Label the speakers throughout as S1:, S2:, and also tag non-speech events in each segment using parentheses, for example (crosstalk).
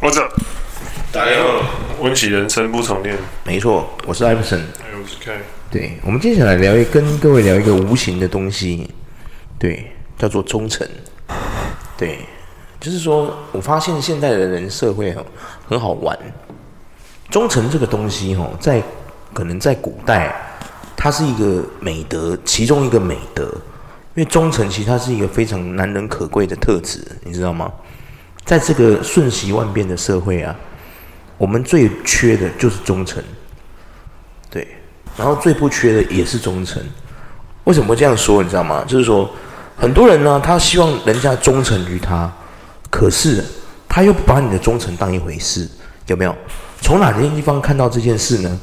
S1: 我这
S2: 大家好，
S1: 温习人生不重练。
S3: 没错，我是艾弗森。
S1: 哎，我是 K。
S3: 对，我们接下来聊一跟各位聊一个无形的东西，对，叫做忠诚。对，就是说我发现现在的人社会哦很好玩，忠诚这个东西哦，在可能在古代，它是一个美德，其中一个美德，因为忠诚其实它是一个非常难能可贵的特质，你知道吗？在这个瞬息万变的社会啊，我们最缺的就是忠诚。对，然后最不缺的也是忠诚。为什么会这样说？你知道吗？就是说，很多人呢，他希望人家忠诚于他，可是他又不把你的忠诚当一回事，有没有？从哪些地方看到这件事呢？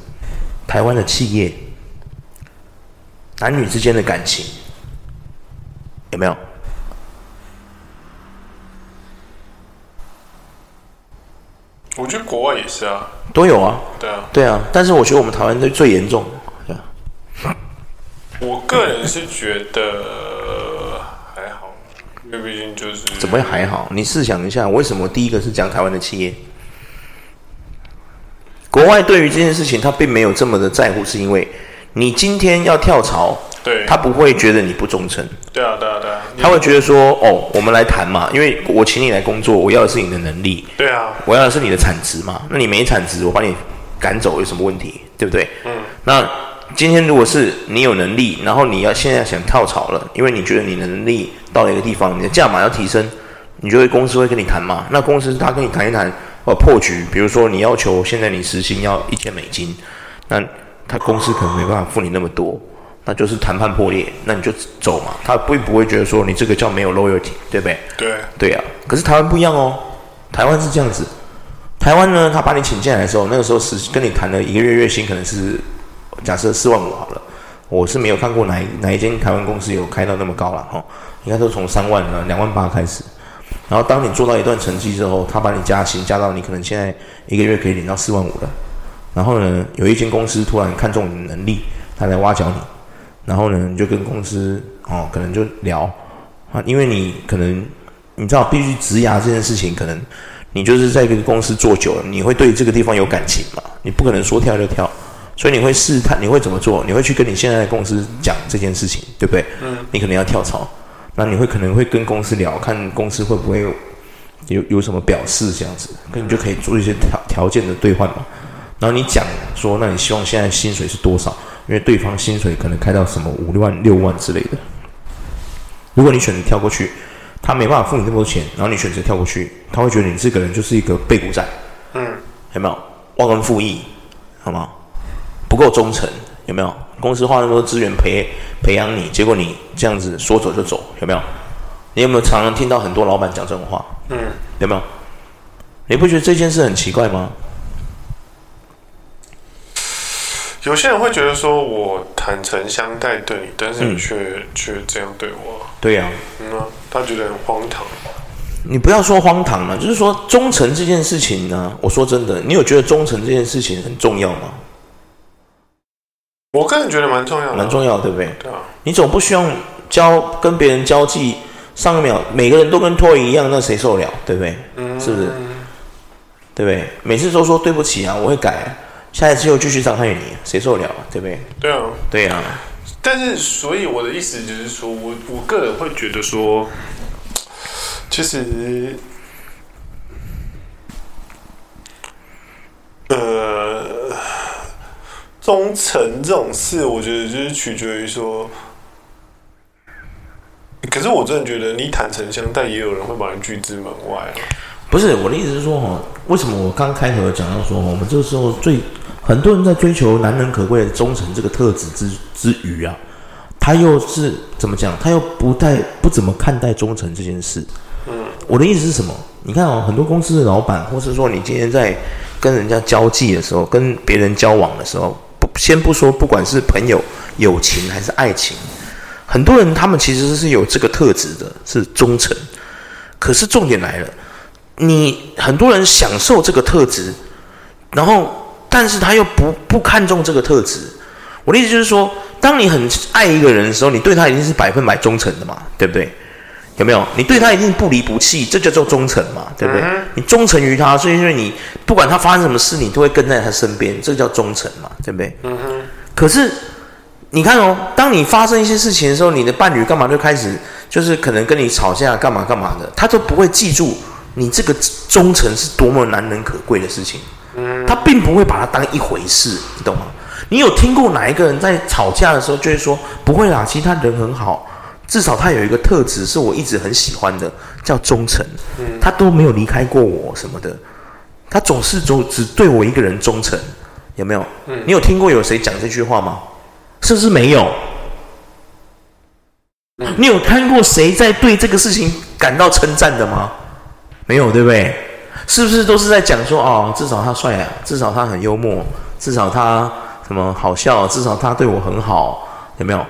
S3: 台湾的企业，男女之间的感情，有没有？
S1: 我觉得国外也是啊，
S3: 都有啊，
S1: 对啊。
S3: 对啊。但是我觉得我们台湾最最严重，对啊
S1: 我个人是觉得还好，因为毕竟就是
S3: 怎么会还好？你试想一下，为什么第一个是讲台湾的企业？国外对于这件事情，他并没有这么的在乎，是因为你今天要跳槽，
S1: 对
S3: 他不会觉得你不忠诚，
S1: 对啊，对啊，对啊，你
S3: 他会觉得说，哦，我们来谈嘛，因为我请你来工作，我要的是你的能力，
S1: 对啊，
S3: 我要的是你的产值嘛，那你没产值，我把你赶走有什么问题？对不对？嗯。那今天如果是你有能力，然后你要现在想跳槽了，因为你觉得你的能力到了一个地方，你的价码要提升，你就会公司会跟你谈嘛。那公司他跟你谈一谈，呃，破局，比如说你要求现在你时薪要一千美金，那他公司可能没办法付你那么多。那就是谈判破裂，那你就走嘛。他并不会觉得说你这个叫没有 loyalty，对不对？
S1: 对
S3: 对啊，可是台湾不一样哦，台湾是这样子，台湾呢，他把你请进来的时候，那个时候是跟你谈了一个月月薪可能是假设四万五好了，我是没有看过哪一哪一间台湾公司有开到那么高了哈，应该都从三万啊两万八开始，然后当你做到一段成绩之后，他把你加薪加到你可能现在一个月可以领到四万五了，然后呢，有一间公司突然看中你的能力，他来挖角你，然后呢，你就跟公司哦，可能就聊啊，因为你可能你知道，必须职涯这件事情，可能你就是在一个公司做久了，你会对这个地方有感情嘛？你不可能说跳就跳，所以你会试探，你会怎么做？你会去跟你现在的公司讲这件事情，对不对？嗯，你可能要跳槽，那你会可能会跟公司聊，看公司会不会有有有什么表示这样子，跟你就可以做一些条条件的兑换嘛。然后你讲说，那你希望现在薪水是多少？因为对方薪水可能开到什么五六万、六万之类的。如果你选择跳过去，他没办法付你那么多钱，然后你选择跳过去，他会觉得你这个人就是一个背骨仔，嗯，有没有忘恩负义，好吗？不够忠诚，有没有？公司花那么多资源培培养你，结果你这样子说走就走，有没有？你有没有常常听到很多老板讲这种话？嗯，有没有？你不觉得这件事很奇怪吗？
S1: 有些人会觉得说我坦诚相待对你，但是
S3: 嗯
S1: 你却、却这样对我，
S3: 对呀、
S1: 嗯啊，他觉得很荒唐。
S3: 你不要说荒唐了，就是说忠诚这件事情呢，我说真的，你有觉得忠诚这件事情很重要吗？
S1: 我个人觉得蛮重要的，啊
S3: 蛮重要的，对不对？
S1: 对啊，
S3: 你总不希望交跟别人交际，上一秒每个人都跟托一样，那谁受得了？对不对？是不是？对不对？每次都说对不起啊，我会改啊、下一次又继续伤害你，谁受得了啊？对不对？
S1: 对啊。
S3: 对啊，
S1: 但是，所以我的意思就是说，我我个人会觉得说，其实，呃，忠诚这种事，我觉得就是取决于说，可是我真的觉得你坦诚相待，也有人会把你拒之门外啊。
S3: 不是我的意思是说哈，为什么我刚开头有讲到说，我们这个时候最很多人在追求难能可贵的忠诚这个特质之之余啊，他又是怎么讲？他又不太不怎么看待忠诚这件事。嗯，我的意思是什么？你看哦，很多公司的老板，或是说你今天在跟人家交际的时候，跟别人交往的时候，不先不说，不管是朋友、友情还是爱情，很多人他们其实是有这个特质的，是忠诚。可是重点来了，你很多人享受这个特质，然后但是他又不不看重这个特质。我的意思就是说，当你很爱一个人的时候，你对他一定是百分百忠诚的嘛，对不对？有没有？你对他一定不离不弃，这就叫忠诚嘛，对不对？你忠诚于他，所以说你不管他发生什么事，你都会跟在他身边，这叫忠诚嘛，对不对？嗯可是你看哦，当你发生一些事情的时候，你的伴侣干嘛就开始就是可能跟你吵架，干嘛干嘛的，他都不会记住你这个忠诚是多么难能可贵的事情。他并不会把它当一回事，你懂吗？你有听过哪一个人在吵架的时候就会说不会啦，其实他人很好，至少他有一个特质是我一直很喜欢的，叫忠诚。他都没有离开过我什么的，他总是只只对我一个人忠诚，有没有？你有听过有谁讲这句话吗？是不是没有？你有看过谁在对这个事情感到称赞的吗？没有，对不对？是不是都是在讲说哦，至少他帅啊，至少他很幽默，至少他什么好笑，至少他对我很好，有没有？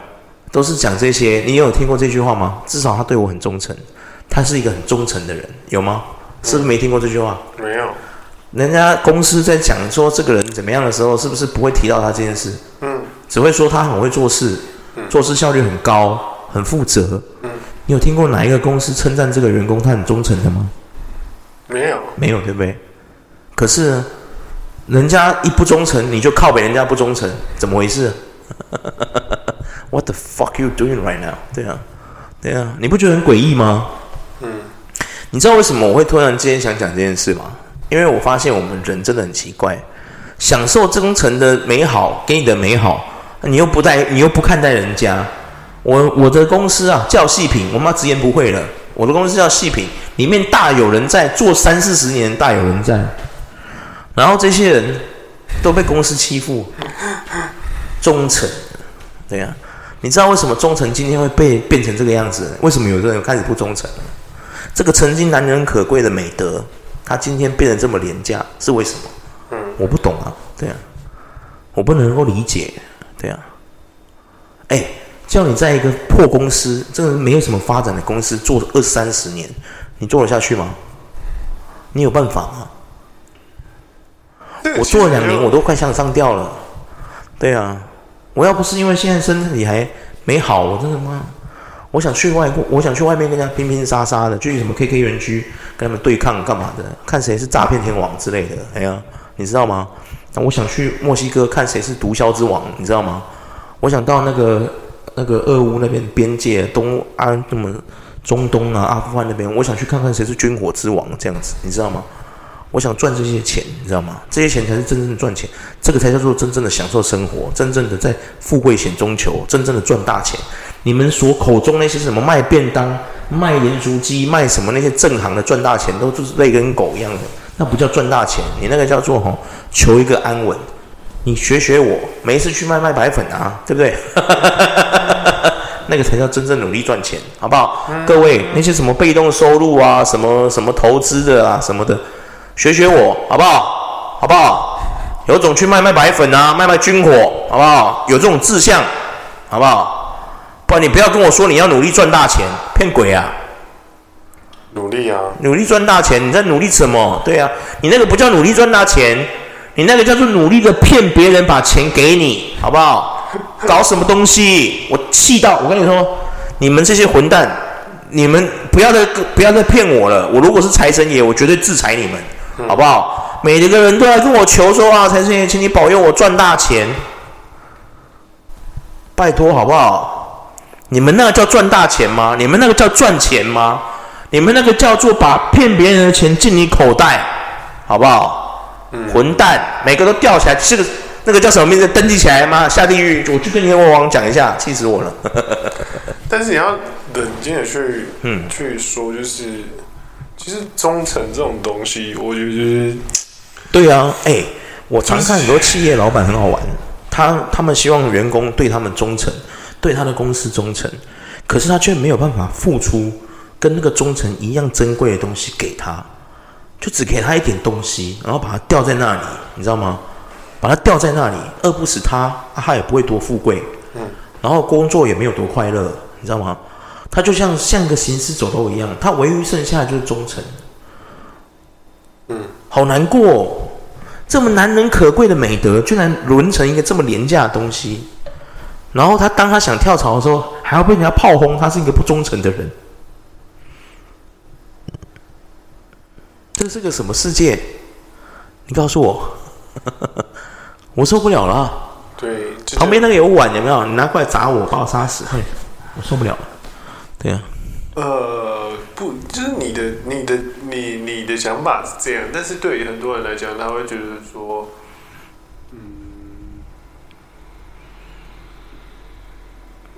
S3: 都是讲这些。你有听过这句话吗？至少他对我很忠诚，他是一个很忠诚的人，有吗？是不是没听过这句话？
S1: 没有，
S3: 人家公司在讲说这个人怎么样的时候，是不是不会提到他这件事？嗯，只会说他很会做事，做事效率很高，很负责。嗯，你有听过哪一个公司称赞这个员工他很忠诚的吗？
S1: 没有，
S3: 没有，对不对？可是呢人家一不忠诚，你就靠北人家不忠诚，怎么回事 (laughs) ？What the fuck you doing right now？对啊，对啊，你不觉得很诡异吗？嗯，你知道为什么我会突然之间想讲这件事吗？因为我发现我们人真的很奇怪，享受忠诚的美好，给你的美好，你又不待，你又不看待人家。我我的公司啊叫细品，我妈直言不讳了。我的公司叫细品，里面大有人在，做三四十年大有人在。然后这些人都被公司欺负，忠诚，对呀、你知道为什么忠诚今天会被变成这个样子？为什么有的人开始不忠诚了？这个曾经难能可贵的美德，它今天变得这么廉价，是为什么？我不懂啊，对啊，我不能够理解，对啊。哎，叫你在一个破公司，这个没有什么发展的公司做二三十年，你做得下去吗？你有办法吗？
S1: (laughs)
S3: 我做了两年，我都快向上吊了。对啊，我要不是因为现在身体还没好，我真的妈，我想去外国，我想去外面跟人家拼拼杀杀的，去什么 KK 园区跟他们对抗干嘛的，看谁是诈骗天王之类的。哎呀，你知道吗？那我想去墨西哥看谁是毒枭之王，你知道吗？我想到那个那个俄乌那边边界东啊什么中东啊阿富汗那边，我想去看看谁是军火之王这样子，你知道吗？我想赚这些钱，你知道吗？这些钱才是真正的赚钱，这个才叫做真正的享受生活，真正的在富贵险中求，真正的赚大钱。你们所口中那些什么卖便当、卖盐酥鸡、卖什么那些正行的赚大钱，都就是累跟狗一样的，那不叫赚大钱，你那个叫做吼求一个安稳。你学学我，没事去卖卖白粉啊，对不对？那个才叫真正努力赚钱，好不好？各位，那些什么被动收入啊，什么什么投资的啊，什么的，学学我，好不好？好不好？有种去卖卖白粉啊，卖卖军火，好不好？有这种志向，好不好？不然你不要跟我说你要努力赚大钱，骗鬼啊！
S1: 努力啊，
S3: 努力赚大钱，你在努力什么？对啊，你那个不叫努力赚大钱，你那个叫做努力的骗别人把钱给你，好不好？搞什么东西？我气到我跟你说，你们这些混蛋，你们不要再不要再骗我了。我如果是财神爷，我绝对制裁你们，好不好？每一个人都来跟我求说啊，财神爷，请你保佑我赚大钱，拜托好不好？你们那个叫赚大钱吗？你们那个叫赚钱吗？你们那个叫做把骗别人的钱进你口袋，好不好？混蛋，每个都吊起来，这个那个叫什么名字？登记起来吗？下地狱！我去跟阎王王讲一下，气死我了。
S1: 但是你要冷静的去，嗯，去说，就是其实忠诚这种东西，我觉得就是
S3: 对啊，哎、我常看很多企业老板很好玩，他他们希望员工对他们忠诚，对他的公司忠诚，可是他却没有办法付出跟那个忠诚一样珍贵的东西给他，就只给他一点东西，然后把它吊在那里，你知道吗？把它吊在那里，饿不死他，啊他也不会多富贵，然后工作也没有多快乐，你知道吗？他就像像个行尸走肉一样，他唯一剩下的就是忠诚。嗯，好难过哦、这么难能可贵的美德，居然沦成一个这么廉价的东西。然后他当他想跳槽的时候，还要被人家炮轰，他是一个不忠诚的人。这是个什么世界？你告诉我， (laughs) 我受不了了啊。
S1: 对，就是
S3: 旁边那个有碗，有没有？你拿过来砸我，把我杀死，嘿我受不了了。对啊，
S1: 呃，不，就是你的、你的、你、你的想法是这样，但是对于很多人来讲，他会觉得说，嗯，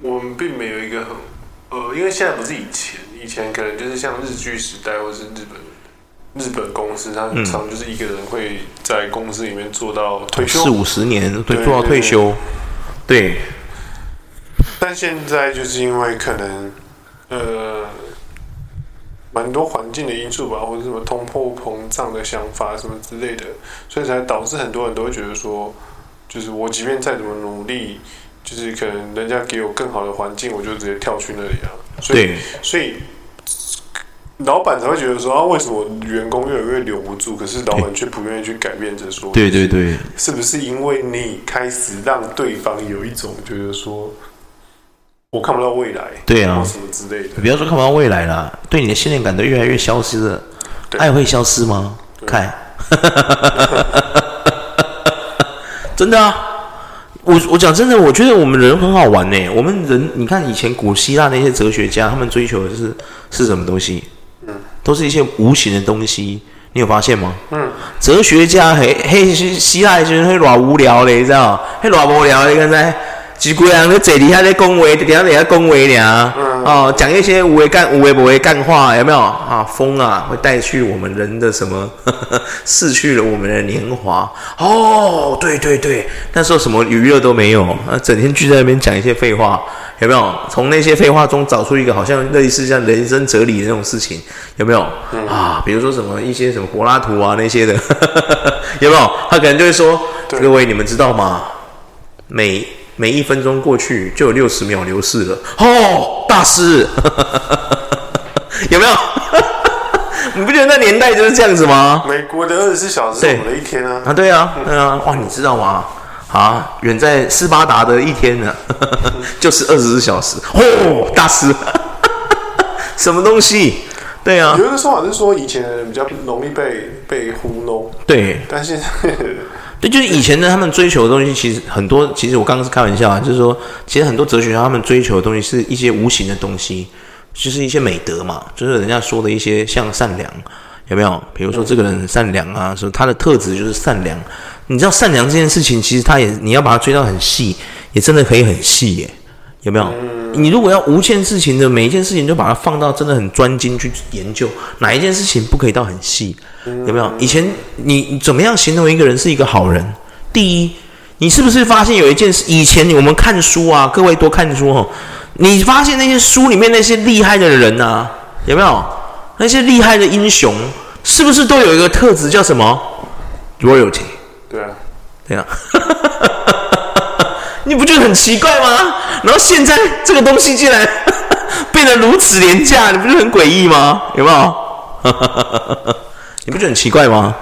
S1: 我们并没有一个很，呃，因为现在不是以前，以前可能就是像日剧时代或是日本日本公司，他很常就是一个人会在公司里面做到退休
S3: 四，五十年，对，
S1: 对
S3: 做到退休，对，
S1: 但现在就是因为可能呃，蛮多环境的因素吧，或者什么通货膨胀的想法什么之类的，所以才导致很多人都会觉得说，就是我即便再怎么努力，就是可能人家给我更好的环境，我就直接跳去那里啊。所以
S3: 对，
S1: 所以老板才会觉得说，啊，为什么员工越来越留不住，可是老板却不愿意去改变着说，
S3: 对对对，
S1: 是不是因为你开始让对方有一种觉得说，我看不到未来，
S3: 对啊
S1: 或什么之类的，
S3: 不要说看不到未来了，对你的信念感都越来越消失了。
S1: 对
S3: 爱会消失吗？
S1: 对
S3: 看， (laughs) 真的啊！我我讲真的，我觉得我们人很好玩呢、我们人，你看以前古希腊那些哲学家，他们追求的是是什么东西？嗯，都是一些无形的东西。你有发现吗？嗯，哲学家嘿嘿，希希腊的时候会偌无聊嘞，你知道？嘿偌无聊嘞，刚才一个人咧坐底下咧恭维，底下底下恭维俩，哦，讲一些无为干无为不为干话，有没有啊？风啊，会带去我们人的什么？ (laughs) 逝去了我们的年华。哦，对对对，那时候什么娱乐都没有，啊，整天聚在那边讲一些废话，有没有？从那些废话中找出一个好像类似像人生哲理的那种事情，有没有？啊，比如说什么一些什么柏拉图啊那些的， (laughs) 有没有？他可能就会说，
S1: 对
S3: 各位你们知道吗？每每一分钟过去就有六十秒流逝了。哦，大师， (laughs) 有没有？ (laughs) 你不觉得那年代就是这样子吗？
S1: 美国的二十四小时是
S3: 对
S1: 我们的一天啊，
S3: 啊，对啊，对啊，哇，你知道吗？啊，远在斯巴达的一天呢， (laughs) 就是二十四小时。哦，大师， (laughs) 什么东西？对啊，
S1: 有一个说法是说以前的人比较容易被被糊弄，
S3: 对，
S1: 但现在 (laughs)
S3: 对，就是以前的他们追求的东西，其实很多。其实我刚刚是开玩笑啊，就是说，其实很多哲学家他们追求的东西是一些无形的东西，就是一些美德嘛，就是人家说的一些像善良，有没有？比如说这个人很善良啊，说他的特质就是善良。你知道善良这件事情，其实他也你要把它追到很细，也真的可以很细耶，有没有？你如果要无限事情的每一件事情，就把它放到真的很专精去研究，哪一件事情不可以到很细，有没有？以前你你怎么样形容一个人是一个好人？第一，你是不是发现有一件事？以前我们看书啊，各位多看书哦，你发现那些书里面那些厉害的人啊，有没有？那些厉害的英雄，是不是都有一个特质叫什么？royalty。
S1: 对啊，
S3: 对啊， (laughs) 你不觉得很奇怪吗？然后现在这个东西竟然 (laughs) 变得如此廉价，你不觉得很诡异吗？有没有？ (laughs) 你不觉得很奇怪吗？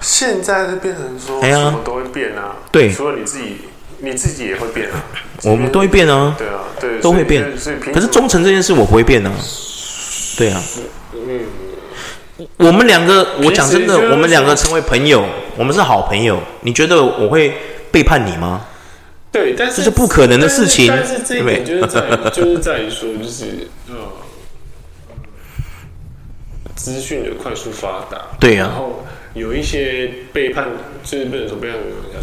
S1: 现在就变成说
S3: 哎呀
S1: 什么都会变啊，
S3: 对
S1: 除了你自己，你自己也会变啊，
S3: 我们都会变啊，
S1: 对啊，对，
S3: 都会
S1: 所以
S3: 变
S1: 所以凭。
S3: 可
S1: 什
S3: 是
S1: 么
S3: 忠诚这件事我不会变啊。对啊，我们两个，我讲真的
S1: 其实就是，
S3: 我们两个成为朋友，我们是好朋友。你觉得我会背叛你吗？
S1: 对，但是
S3: 这是不可能的事情
S1: 但是但是这一点就
S3: 对
S1: 是在于
S3: (laughs)
S1: 就是在于说，就是呃，资讯的快速发达，
S3: 对啊
S1: 然后有一些背叛，就是不能说背叛，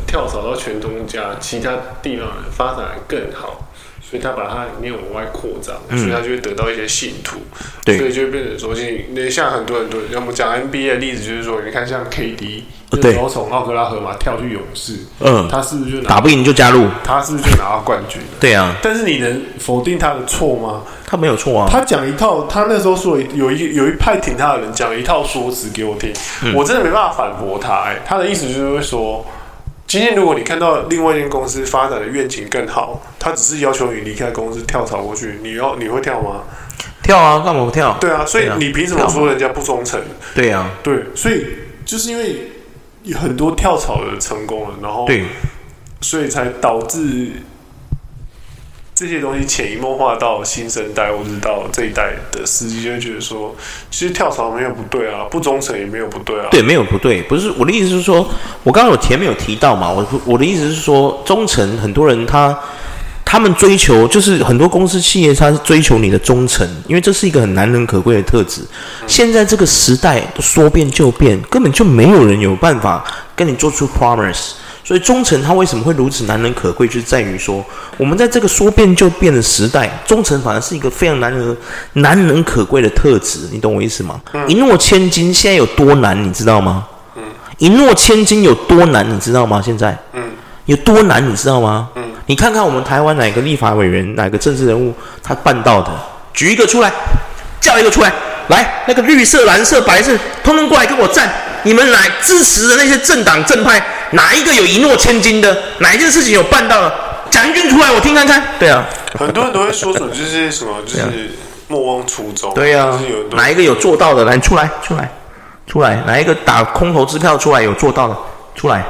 S1: 跳槽到全东家其他地方的发展得更好。所以他把他里面往外扩张，所以他就会得到一些信徒，
S3: 嗯对
S1: 所以就会变成说，现那像很多很多，要么讲 NBA 的例子，就是说，你看像 KD，那
S3: 对
S1: 时候从奥克拉荷马跳去勇士，
S3: 嗯
S1: 他是不是就拿
S3: 打不赢就加入。
S1: 他是不是就拿到冠军了？
S3: 对啊，
S1: 但是你能否定他的错吗？
S3: 他没有错啊。
S1: 他讲一套，他那时候说有一有一派挺他的人讲了一套说辞给我听，
S3: 嗯
S1: 我真的没办法反驳他、哎，他的意思就是会说，今天如果你看到另外一间公司发展的愿景更好，他只是要求你离开公司跳槽过去，你要你会跳吗？
S3: 跳啊，干嘛不跳？
S1: 对啊，所以
S3: 对啊
S1: 你凭什么说人家不忠诚？
S3: 对啊，
S1: 对，所以就是因为有很多跳槽的成功了，然后
S3: 对。
S1: 所以才导致这些东西潜移默化到新生代或者到这一代的司机，就会觉得说，其实跳槽没有不对啊，不忠诚也没有不对啊。
S3: 对，没有不对，不是我的意思是说，我刚刚有前面有提到嘛，我我的意思是说，忠诚很多人他他们追求就是很多公司企业，他是追求你的忠诚，因为这是一个很难能可贵的特质。现在这个时代说变就变，根本就没有人有办法跟你做出 promise。所以忠诚它为什么会如此难能可贵，就是在于说，我们在这个说变就变的时代，忠诚反而是一个非常难能难能可贵的特质，你懂我意思吗？一诺千金现在有多难，你知道吗？一诺千金有多难，你知道吗？现在，
S1: 嗯，
S3: 有多难，你知道吗？嗯，你看看我们台湾哪个立法委员、哪个政治人物他办到的，举一个出来，叫一个出来，来，那个绿色、蓝色、白色，通通过来跟我站。你们来支持的那些政党正派，哪一个有一诺千金的？哪一件事情有办到了？讲一句出来，我听看看。对啊，
S1: 很多人都会说什么，就是什么，就是莫忘初衷。啊
S3: 对呀、
S1: 就是有很多
S3: 哪一个有做到的？来出来，出来，出来！哪一个打空头支票出来有做到的？出来，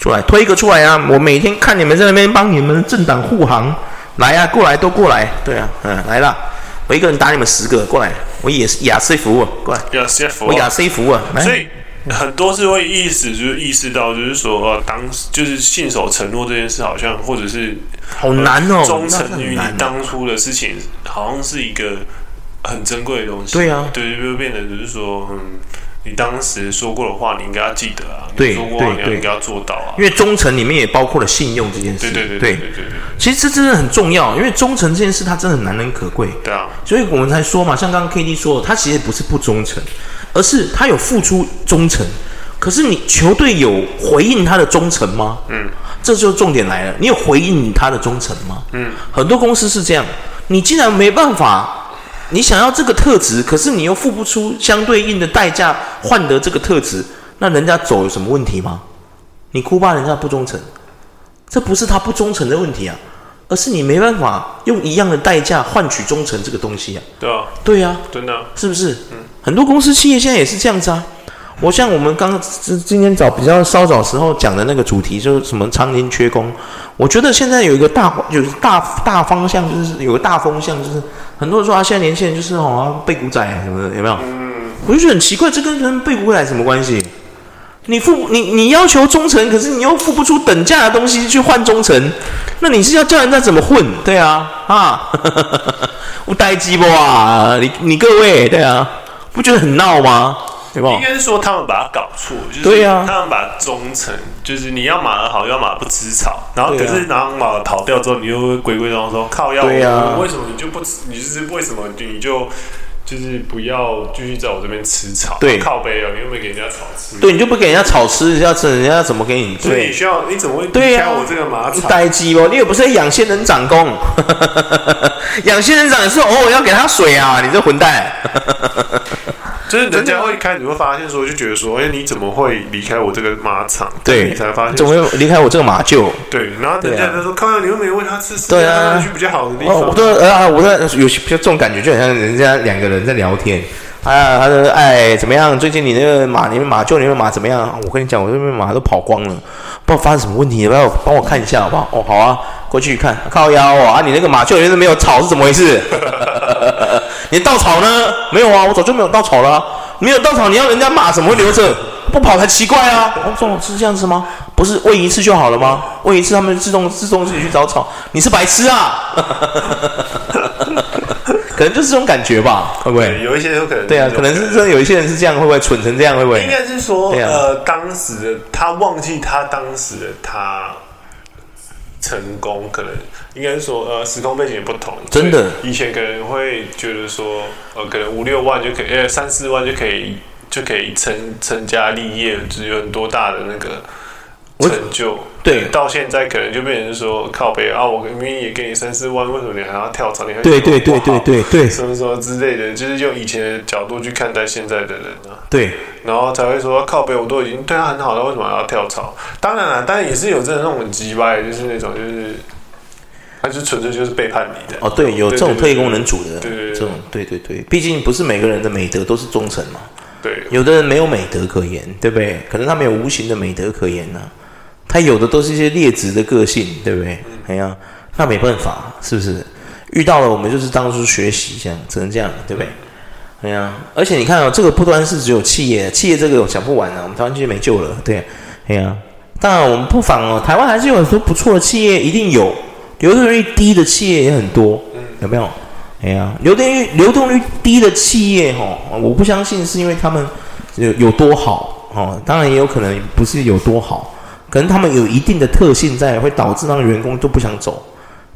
S3: 出来，推一个出来啊！我每天看你们在那边帮你们的政党护航，来啊，过来都过来，对啊，嗯，来啦！我一个人打你们十个，过来，我也是亚瑟服啊，过来，
S1: 要 CF，
S3: 我亚瑟服啊，来，
S1: 所以很多是会意识，就是意识到，就是说，呃，当时就是信守承诺这件事，好像或者是
S3: 好难哦，
S1: 呃忠
S3: 那
S1: 诚
S3: 很
S1: 于
S3: 难
S1: 你
S3: 哦
S1: 当初的事情，好像是一个很珍贵的东西。
S3: 对啊
S1: 对，就变得就是说，嗯，你当时说过的话，你应该要记得啊，
S3: 对
S1: 你说过的话，
S3: 对
S1: 你
S3: 对
S1: 应该要做到啊。
S3: 因为忠诚里面也包括了信用这件
S1: 对
S3: 事，
S1: 对对对对对对
S3: 其实这真的很重要，因为忠诚这件事它真的很难能可贵。
S1: 对啊！
S3: 所以我们才说嘛，像刚刚 K D 说的，他其实不是不忠诚，而是他有付出忠诚，可是你球队有回应他的忠诚吗？嗯，这就是重点来了，你有回应他的忠诚吗？嗯，很多公司是这样，你既然没办法，你想要这个特质，可是你又付不出相对应的代价换得这个特质，那人家走有什么问题吗？你哭吧，人家不忠诚，这不是他不忠诚的问题啊，而是你没办法用一样的代价换取忠诚这个东西啊。
S1: 对啊，
S3: 对呀、
S1: 真的啊、
S3: 是不是？很多公司企业现在也是这样子啊。我像我们刚今今天早比较稍早时候讲的那个主题，就是什么苍蝇缺工。我觉得现在有一个大有大大方向，就是有个大风向，就是很多人说啊，现在年轻人就是哦、啊、背骨仔什么的，有没有？我就觉得很奇怪，这跟人背骨仔什么关系？你付你你要求忠诚，可是你又付不出等价的东西去换忠诚，那你是要叫人家怎么混？对啊，啊， (laughs) 我呆鸡不啊？你你各位，对啊，不觉得很闹吗？对吧
S1: 应？该是说他们把它搞错，就是
S3: 对啊
S1: 他们把忠诚，就是你要马儿好，要马不吃草，然后
S3: 对
S1: 可
S3: 啊
S1: 是然后马儿逃掉之后，你又会回归到说靠要
S3: 对啊
S1: 我为什么你就不吃？你就是为什么你就就是不要继续在我这边吃草？
S3: 对
S1: 靠背哦，你又没给人家草吃，
S3: 对，你就不给人家草吃，人家吃人家怎么给你？
S1: 所以你
S3: 对，
S1: 需要你怎么会离
S3: 对啊呀
S1: 开我这个马
S3: 你
S1: 场？
S3: 呆鸡不？你也不是在养仙人掌工， (laughs) 养仙人掌也是偶尔要给他水啊，你这混蛋。
S1: 就是人家会开始会发现说，就觉得说，哎，你怎么会离开我这个马场？
S3: 对，
S1: 你才发现
S3: 怎么会离开我这个马厩？
S1: 对，然后人
S3: 对
S1: 家
S3: 啊
S1: 就说靠药，你又没有喂他吃，
S3: 对啊
S1: 让他去比较好的地
S3: 哦，我
S1: 方。
S3: 都呃啊，我都有些这种感觉，就好像人家两个人在聊天。啊，他说：“哎，怎么样？最近你那个马，你们马厩，你们马怎么样？啊我跟你讲，我这边马都跑光了，不知道发生什么问题，要不要帮我看一下，好不好？哦，好啊，过去看，靠腰哦，啊，你那个马厩里面没有草是怎么回事？ (laughs) 你的稻草呢？没有啊，我早就没有稻草了啊、没有稻草，你要人家马怎么会留着？不跑才奇怪啊！我说是这样子吗？不是喂一次就好了吗？喂一次他们自动自动自己去找草，你是白痴啊！可能就是这种感觉吧，会不
S1: 对，
S3: 会？
S1: 有一些有可能
S3: 对啊，
S1: 这种
S3: 可能是真的有一些人是这样，会不会蠢成这样？会不
S1: 应
S3: 会？
S1: 该是说，
S3: 对啊
S1: 呃，当时的他忘记他当时的他成功，可能应该是说，呃，时空背景也不同，
S3: 真的
S1: 所以以前可能会觉得说，呃，可能五六万就可以，呃，三四万就可以就可以成成家立业，只有很多大的那个。
S3: 我
S1: 成就
S3: 对
S1: 到现在可能就变成说靠北啊，我明明也给你三四万，为什么你还要跳槽？你还
S3: 对
S1: 觉得
S3: 对
S1: 我
S3: 对
S1: 不好
S3: 对对对
S1: 什么什么之类的，就是用以前的角度去看待现在的人啊。
S3: 对，
S1: 然后才会说靠北，我都已经对他很好了，为什么还要跳槽？当然了，当然也是有真的那种很鸡掰，就是那种就是，他就纯粹就是背叛你的。
S3: 哦，对，有这种特异功能组的，
S1: 对对对对
S3: 这种，对对对，毕竟不是每个人的美德都是忠诚嘛。
S1: 对，
S3: 有的人没有美德可言，对不对？可能他没有啊无形的美德可言呢、他有的都是一些劣质的个性，对不对？哎呀、那没办法，是不是？遇到了我们就是当初学习，这样只能这样，对不对？对哎呀、而且你看哦，这个不单是只有企业，企业这个讲不完啊，我们台湾就没救了，对、对呀、当然我们不妨哦，台湾还是有很多不错的企业，一定有流动率低的企业也很多，
S1: 嗯
S3: 有没有？哎呀、流动率流动率低的企业哦，我不相信是因为他们有有多好哦，当然也有可能不是有多好，可能他们有一定的特性在，会导致让员工都不想走，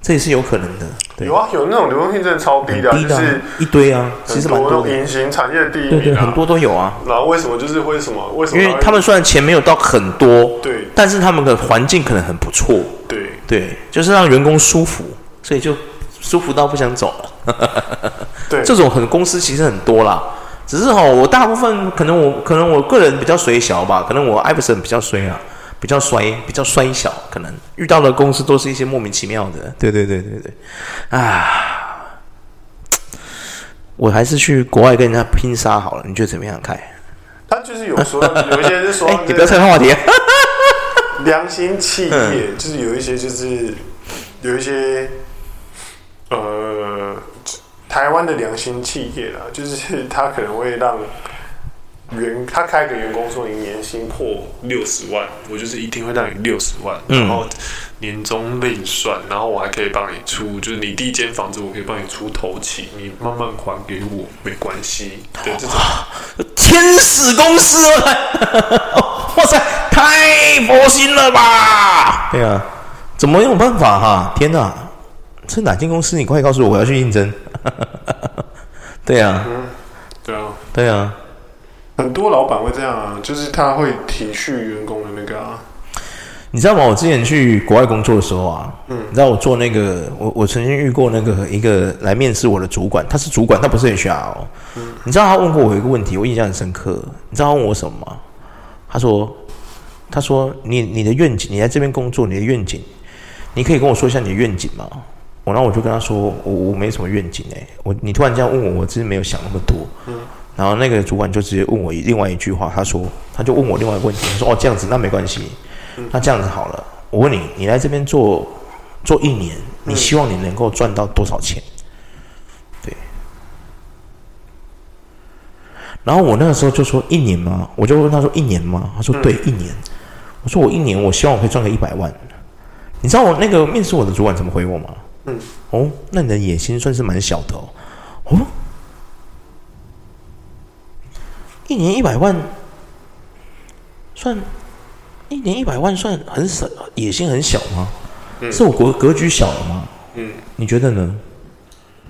S3: 这也是有可能的。对
S1: 有，啊，有那种流动性真的超低的啊、
S3: 低
S1: 就
S3: 的啊、
S1: 是
S3: 一堆啊，其
S1: 很
S3: 实
S1: 多
S3: 蛮
S1: 那
S3: 多
S1: 种
S3: 的，
S1: 隐形产业第一
S3: 对对，
S1: 名
S3: 很
S1: 啊。
S3: 多都有啊。
S1: 然后为什么就是为什么为什
S3: 因
S1: 么
S3: 为
S1: 会
S3: 他们虽然钱没有到很多，
S1: 对
S3: 但是他们的环境可能很不错，
S1: 对
S3: 对，就是让员工舒服，所以就舒服到不想走了。
S1: 对
S3: 这种很公司其实很多啦，只是哈、我大部分可能我可能我个人比较衰小吧，可能我艾弗森比较衰啊，比较衰，比较衰小，可能遇到的公司都是一些莫名其妙的。对对对对对，啊，我还是去国外跟人家拼杀好了，你觉得怎么样，凯？
S1: 他就是有说有一些是说
S3: (laughs) 哎，你不要
S1: 就是
S3: 岔开话题啊。
S1: 良心企业，就是有一些就是有一些呃台湾的良心企业啦，就是他可能会让员他开给员工说你年薪破六十万，我就是一定会让你六十万，然后年终另算，然后我还可以帮你出，就是你第一间房子我可以帮你出头期，你慢慢还给我没关系对，这种。
S3: 天使公司 (laughs) 了，哇塞，太佛心了吧？对啊，怎么有办法哈、天哪，这哪间公司？你快告诉我，我要去应征。 (laughs) 对啊，
S1: 对啊，
S3: 对啊，
S1: 很多老板会这样啊，就是他会体恤员工的那个啊。
S3: 你知道吗？我之前去国外工作的时候啊，嗯，你知道我做那个，我我曾经遇过那个一个来面试我的主管，他是主管，他不是 HR 哦。你知道他问过我一个问题，我印象很深刻。你知道他问我什么吗？他说：“他说你你的愿景，你在这边工作，你的愿景，你可以跟我说一下你的愿景吗？”我然后我就跟他说：“我我没什么愿景哎、我你突然这样问我，我真是没有想那么多。”然后那个主管就直接问我另外一句话，他说：“他就问我另外一个问题，他说哦这样子那没关系，那这样子好了，我问你，你来这边做做一年，你希望你能够赚到多少钱？”对。然后我那个时候就说一年吗？我就问他说一年吗？他说对，一年。我说我一年，我希望我可以赚个一百万。你知道我那个面试我的主管怎么回我吗？
S1: 嗯，
S3: 哦，那你的野心算是蛮小的哦。哦，一年一百万，算一年一百万算很少，野心很小吗？是我格格局小了吗？
S1: 嗯，
S3: 你觉得呢？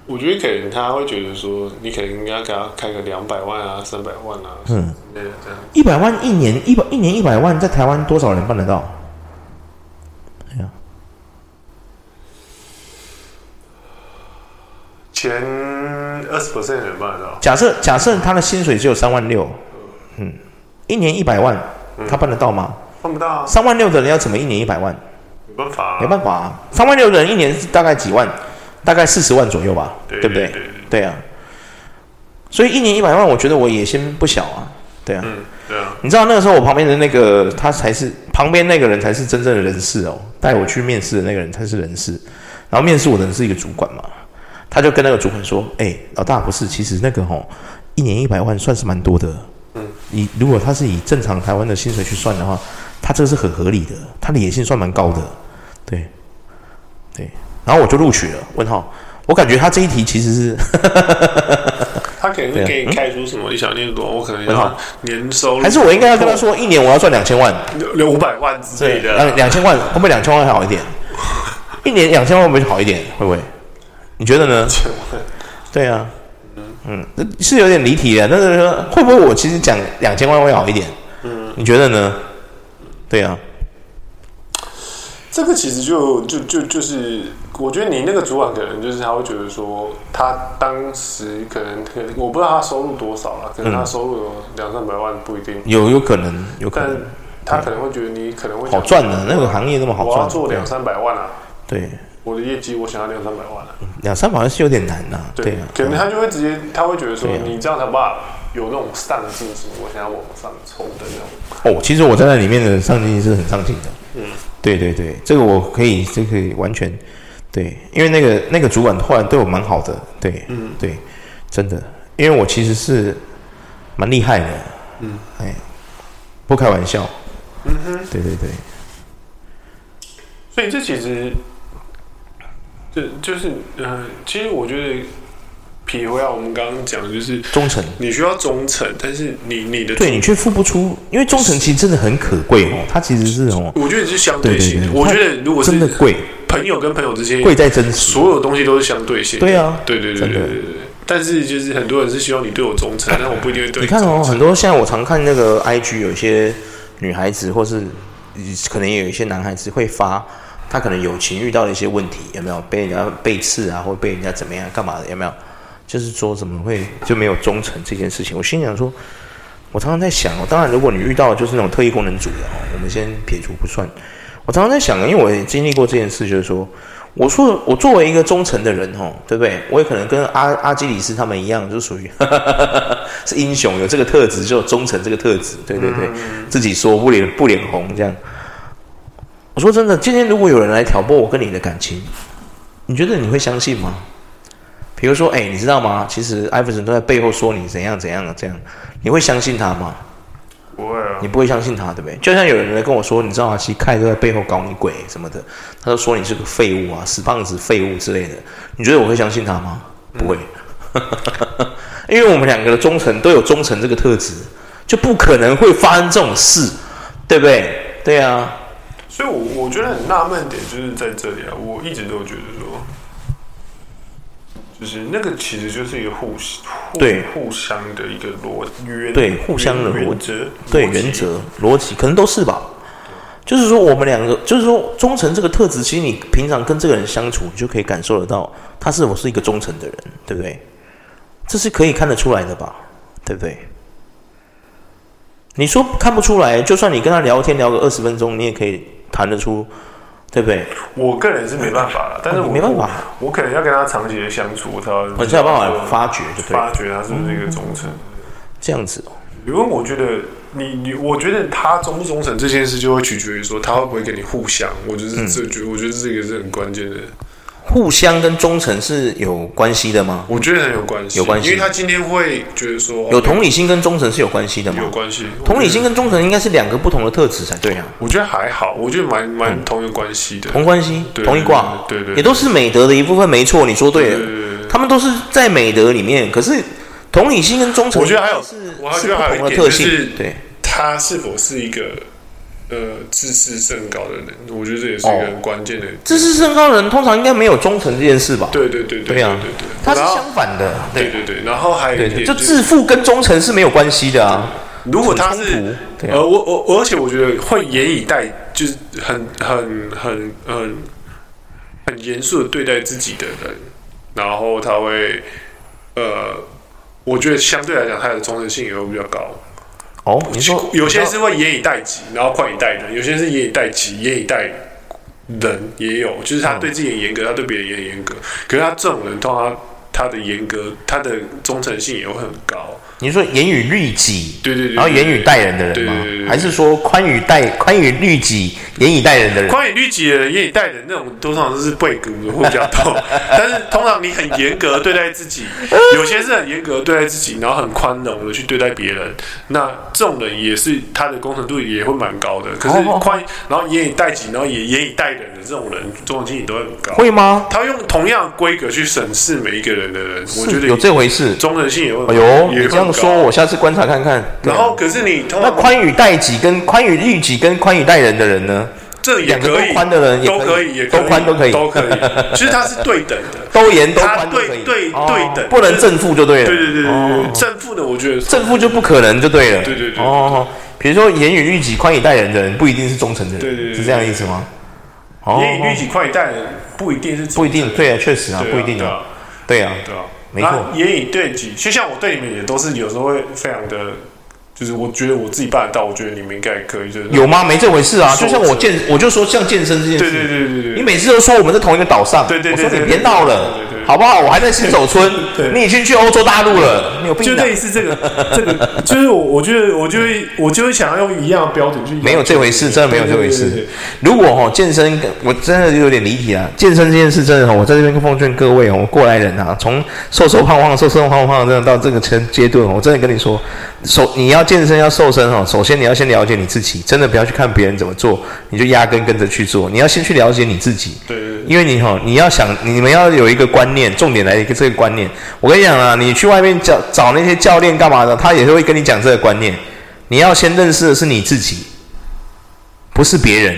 S1: 我觉得可能他会觉得说，你可能应该给他开个两百万啊、三百万啊，
S3: 嗯
S1: 之类的这样。
S3: 一百万一年，一百一年一百万，在台湾多少人办得到？哎呀，
S1: 前二十 percent 人办得到，
S3: 假设假设他的薪水只有三万六，嗯，一年一百万，
S1: 嗯
S3: 他办得到吗？
S1: 办不到啊，
S3: 三万六的人要怎么一年一百万？
S1: 没办法、啊，
S3: 没办法啊，三万六的人一年是大概几万，大概四十万左右吧，
S1: 对
S3: 不对
S1: 对对？
S3: 对啊，所以一年一百万，我觉得我野心不小啊，对啊。
S1: 嗯，对啊，
S3: 你知道那个时候我旁边的那个他才是旁边那个人才是真正的人事哦，带我去面试的那个人才是人事，然后面试我的人是一个主管嘛，他就跟那个主管说：“哎、老大不是，其实那个吼、一年一百万算是蛮多的，嗯，你如果他是以正常台湾的薪水去算的话，他这个是很合理的，他的野心算蛮高的，对，对，然后我就录取了。问号，我感觉他这一题其实是
S1: 他可能
S3: 对
S1: 会
S3: 啊
S1: 给你开出什么？你想念多，我可能
S3: 很
S1: 要
S3: 好
S1: 年收入
S3: 啊还是我应该要跟他说，哎一年我要赚两千万，
S1: 六五百万之类的，
S3: 两两千万，会不会两千万会好一点？一年两千万会不会好一点？会不会？你觉得呢？
S1: 千万
S3: 对啊，嗯，是有点离题的，但是说会不会我其实讲两千万会好一点？嗯，你觉得呢？对啊，
S1: (laughs) 这个其实就就就就是，我觉得你那个主管可能就是他会觉得说，他当时可能可能我不知道他收入多少了，可
S3: 嗯
S1: 能他收入有两三百万不一定，
S3: 有有可能，有可
S1: 但
S3: 能
S1: 他可能会觉得你可能会
S3: 好
S1: 想
S3: 赚的，那个行业那么好
S1: 我要
S3: 赚，
S1: 做
S3: 对
S1: 两
S3: 啊
S1: 三百万啊，
S3: 对，
S1: 我的业绩我想要两三百万啊，
S3: 两三百万是有点难呐、对啊，
S1: 可能他就会直接，他会觉得说
S3: 对啊，
S1: 你这样才爸有那种上进心，我想要往上冲的那种。
S3: 哦，其实我在那里面的上进心是很上进的。嗯，对对对，这个我可以，这个完全对，因为那个那个主管后来对我蛮好的，对，嗯，对，真的，因为我其实是蛮厉害的，嗯，哎，不开玩笑，嗯哼，对对对，
S1: 所以这其实，这就是呃，其实我觉得，呃撇回来我们刚刚讲，就是
S3: 忠诚，
S1: 你需要忠诚，但是你你的
S3: 对你却付不出，因为忠诚其实真的很可贵哦，它其实是哦，
S1: 我觉得是相
S3: 对
S1: 性
S3: 对
S1: 的。
S3: 对，
S1: 我
S3: 它
S1: 觉得如果是
S3: 真的贵，
S1: 朋友跟朋友之间，
S3: 贵在真实，
S1: 所有东西都是相对性的。
S3: 对啊
S1: 对对对对
S3: 真
S1: 对
S3: 的
S1: 对。对但是就是很多人是希望你对我忠诚，但我不一定会对忠
S3: 你看
S1: 诚
S3: 哦，很多现在我常看那个 IG 有一些女孩子，或是可能也有一些男孩子会发，他可能友情遇到了一些问题，有没有被人家背刺啊，或被人家怎么样干嘛的，有没有？就是说怎么会就没有忠诚这件事情？我心想说，我常常在想哦，当然如果你遇到的就是那种特异功能组的哦，我们先撇除不算。我常常在想，因为我也经历过这件事，就是说，我说我作为一个忠诚的人哦，对不对？我也可能跟阿阿基里斯他们一样，就属于是英雄，有这个特质，就有忠诚这个特质。对对对，自己说不脸不脸红这样。我说真的，今天如果有人来挑拨我跟你的感情，你觉得你会相信吗？比如说，哎，你知道吗？其实艾弗森都在背后说你怎样怎样这样，你会相信他吗？
S1: 不会啊
S3: 你。不会相信他，对不对？就像有人来跟我说，你知道吗？其实凯都在背后搞你鬼什么的，他就说你是个废物啊，死胖子、废物之类的。你觉得我会相信他吗？不会， (laughs) 因为我们两个的忠诚都有忠诚这个特质，就不可能会发生这种事，对不对？对啊，
S1: 所以我，我觉得很纳闷点就是在这里啊，我一直都觉得说，就是那个其实就是一个互互
S3: 对
S1: 互相的一个逻原
S3: 对互相的
S1: 原
S3: 逻
S1: 原则
S3: 对
S1: 逻辑
S3: 原则、逻辑，可能都是吧。就是说，我们两个，就是说，忠诚这个特质，其实你平常跟这个人相处，你就可以感受得到他是否是一个忠诚的人，对不对？这是可以看得出来的吧，对不对？你说看不出来，就算你跟他聊天聊个二十分钟，你也可以谈得出，对不对？
S1: 我个人是没办法了，但是我
S3: 哦没办法
S1: 我，我可能要跟他长期的相处，我才
S3: 我
S1: 我
S3: 哦才有办法发嗯觉，对不对？
S1: 发觉他是不是一个忠诚。
S3: 这样子哦，
S1: 因为我觉得你你，我觉得他忠不忠诚这件事，就会取决于说他会不会跟你互相。我就是
S3: 嗯
S1: 这觉，我觉得这个是很关键的，
S3: 互相跟忠诚是有关系的吗？
S1: 我觉得很有关系，
S3: 有关系
S1: 因为他今天会觉得说哦
S3: 有同理心跟忠诚是有关系的吗
S1: 有？关系，
S3: 同理心跟忠诚应该是两个不同的特质才对啊，
S1: 我觉得还好，我觉得蛮蛮同一个关系的。
S3: 同关系、
S1: 对
S3: 同一卦，
S1: 对对对
S3: 也都是美德的一部分，没错，你说对
S1: 对对
S3: 了，
S1: 对对
S3: 他们都是在美德里面，可是同理心跟忠诚，
S1: 我觉得还有
S3: 是
S1: 我还
S3: 是
S1: 觉得还有一
S3: 不同的
S1: 点
S3: 特
S1: 就是
S3: 性，对，
S1: 他是否是一个呃自视甚高的人？我觉得这也是一个很关键的。
S3: 哦自视甚高的人通常应该没有忠诚这件事吧？，
S1: 对对对对
S3: 对啊
S1: 对对，
S3: 他是
S1: 然后
S3: 相反的，
S1: 对对对，然后还有一
S3: 对
S1: 点
S3: 对，就是自负跟忠诚是没有关系的啊，
S1: 如果他
S3: 很冲
S1: 是
S3: 突，对啊
S1: 呃，我我我而且我觉得会严以待，就是很很很很很严肃的对待自己的人，然后他会，呃，我觉得相对来讲他的忠诚性也会比较高。
S3: 哦，你说
S1: 有些是会严以待己，然后宽以待人；有些是严以待己，严以待人也有，就是他对自己很严格，他对别人也很严格。可是他这种人，通常他的严格，他的忠诚性也会很高。
S3: 你说严于律己，
S1: 对对对
S3: 然后严于待人的人
S1: 对对对对
S3: 吗？还是说宽于待宽于律己，严以待人的人？
S1: 宽以律己的人，严以待人，那种通常都是背骨的会比较多。
S3: (laughs)
S1: 但是通常你很严格地对待自己，有些是很严格地对待自己，然后很宽容的去对待别人。那这种人也是他的忠诚度也会蛮高的。可是
S3: 哦哦
S1: 宽，然后严以待己，然后也严以待人的这种人，忠诚性也都会很高。
S3: 会吗？
S1: 他用同样的规格去审视每一个人的人，我觉
S3: 是
S1: 得
S3: 有这回事，
S1: 忠诚性也会，
S3: 哎呦，
S1: 也会
S3: 你这
S1: 很高
S3: 样说，我下次观察看看。对
S1: 然后可是你通
S3: 那
S1: 常
S3: 宽以待己跟宽以律己跟宽以待人的人呢，
S1: 这也
S3: 两个
S1: 可以，
S3: 都宽的人也
S1: 都可
S3: 可
S1: 以，
S3: 以
S1: 也
S3: 都宽都可以
S1: 都可以。其实它是对等的，
S3: 都严都
S1: 他
S3: 宽都可以，
S1: 对对
S3: 哦
S1: 对等
S3: 不能正负就对了。
S1: 对对对对
S3: 哦
S1: 对，正负的我觉得是
S3: 正负就不可能就对了。
S1: 对对对对
S3: 哦，比如说严以律己、宽以待人的人，不一定是忠诚的人，
S1: 对对对
S3: 是这样的意思吗？哦，
S1: 严以律己，宽以待人，不一定是
S3: 不一定，对啊，确实啊，
S1: 对啊
S3: 不一定
S1: 对啊，
S3: 对啊，
S1: 对啊，
S3: 没错
S1: 那严以对己，就像我对你们也都是有时候会非常的就是我觉得我自己办得到，我觉得你们应该也可以，就是
S3: 有吗？没这回事啊！
S1: 说
S3: 就像我健，我就说像健身这件事，
S1: 对对对对对
S3: 你每次都说我们在同一个岛上，
S1: 对对对
S3: 我说
S1: 对
S3: 你
S1: 对
S3: 别闹了
S1: 对对，对
S3: 好不好？我还在新手村，
S1: 对
S3: 你已经去欧洲大陆了，你有
S1: 就
S3: 病啊！
S1: 类似这个这个，就是我我觉得我就会我就会想要用一样的标准去要求
S3: 没有这回事，真的没有这
S1: 对对
S3: 回
S1: 对
S3: 事
S1: 对。
S3: 如果哦，健身跟，我真的有点离题啊。健身这件事真的哦，我在这边奉劝各位哦，我过来人啊，从瘦瘦胖胖、瘦瘦胖胖，真的到这个阶阶段哦，我真的跟你说，首你要健身要瘦身哦，首先你要先了解你自己，真的不要去看别人怎么做，你就压根跟着去做，你要先去了解你自己。
S1: 对对对
S3: 因为你哈、你要想，你们要有一个观念，重点来一个这个观念。我跟你讲啊，你去外面找找那些教练干嘛的，他也会跟你讲这个观念。你要先认识的是你自己，不是别人。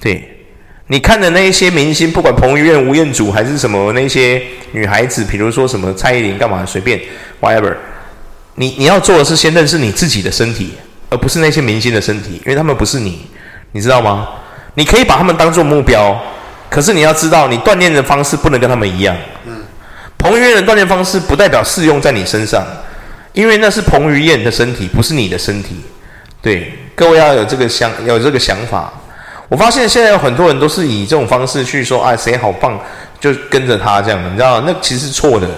S3: 对，你看的那一些明星，不管彭于晏、吴彦祖还是什么那些女孩子，比如说什么蔡依林干嘛，随便 whatever。你你要做的是先认识你自己的身体，而不是那些明星的身体，因为他们不是你，你知道吗？你可以把他们当做目标，可是你要知道，你锻炼的方式不能跟他们一样。嗯，彭于晏的锻炼方式不代表适用在你身上，因为那是彭于晏的身体，不是你的身体。对，各位要有这个想，有这个想法。我发现现在有很多人都是以这种方式去说，啊，谁好棒就跟着他这样，你知道，那其实是错的。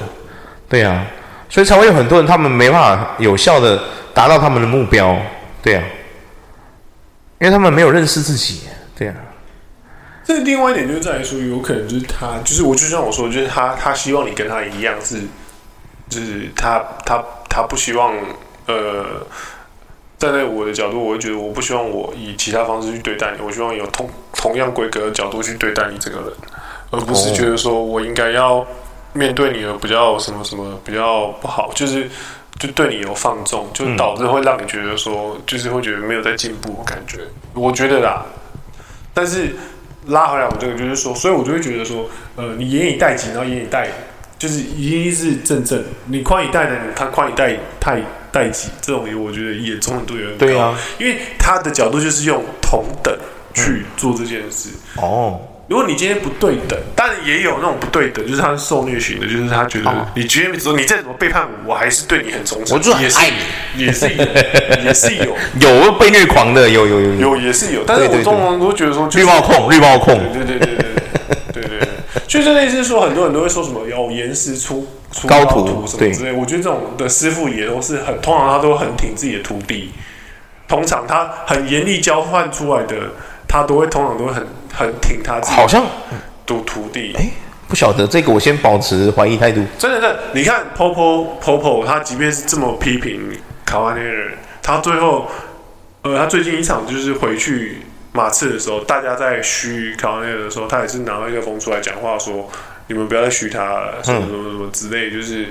S3: 对啊，所以才会有很多人他们没办法有效的达到他们的目标。对啊，因为他们没有认识自己。对啊，
S1: 这另外一点就是在于说，有可能就是他，就是我就像我说，就是他，他希望你跟他一样是，就是他他他不希望呃，站在我的角度，我会觉得我不希望我以其他方式去对待你，我希望有同同样规格的角度去对待你这个人，而不是
S3: 哦
S1: 觉得说我应该要面对你而比较什么什么比较不好，就是。就对你有放纵，就
S3: 嗯
S1: 导致会让你觉得说，就是会觉得没有在进步，感觉我觉得啦，但是拉回来，我这个就是说，所以我就会觉得说，呃，你严以待己，然后严以待，就是一定是正正，你宽以待人，他宽以待待待己，这种我觉得也中很多人
S3: 对啊，
S1: 因为他的角度就是用同等
S3: 嗯
S1: 去做这件事。
S3: 哦，
S1: 如果你今天不对等，当然也有那种不对等，就是他是受虐型的，就是他觉得
S3: 哦
S1: 你今天说你再怎么背叛我，我还是对你很忠诚，
S3: 我就是很
S1: 也是
S3: 爱
S1: 也是有，也是
S3: (laughs)
S1: 有，
S3: 有被虐狂的，有有有
S1: 有也是有，但是
S3: 对
S1: 我
S3: 对对
S1: 通常都觉得说、就是，
S3: 绿帽控，绿帽控，
S1: 对对对对对对对对，就是类似说，很多人都会说什么有严师出出
S3: 高徒
S1: 徒什么之类。我觉得这种的师傅也都是很，通常他都很挺自己的徒弟，通常他很严厉交换出来的，他都会通常都会很很挺他自己
S3: 好像
S1: 的徒弟。
S3: 哎，不晓得这个，我先保持怀疑态度。
S1: 真的，真的，你看 Popo Popo，他即便是这么批评卡瓦内人，他最后，呃，他最近一场就是回去马刺的时候，大家在嘘卡瓦内人的时候，他也是拿麦克风出来讲话说，你们不要再嘘他了，什么
S3: 嗯
S1: 什么什么之类，就是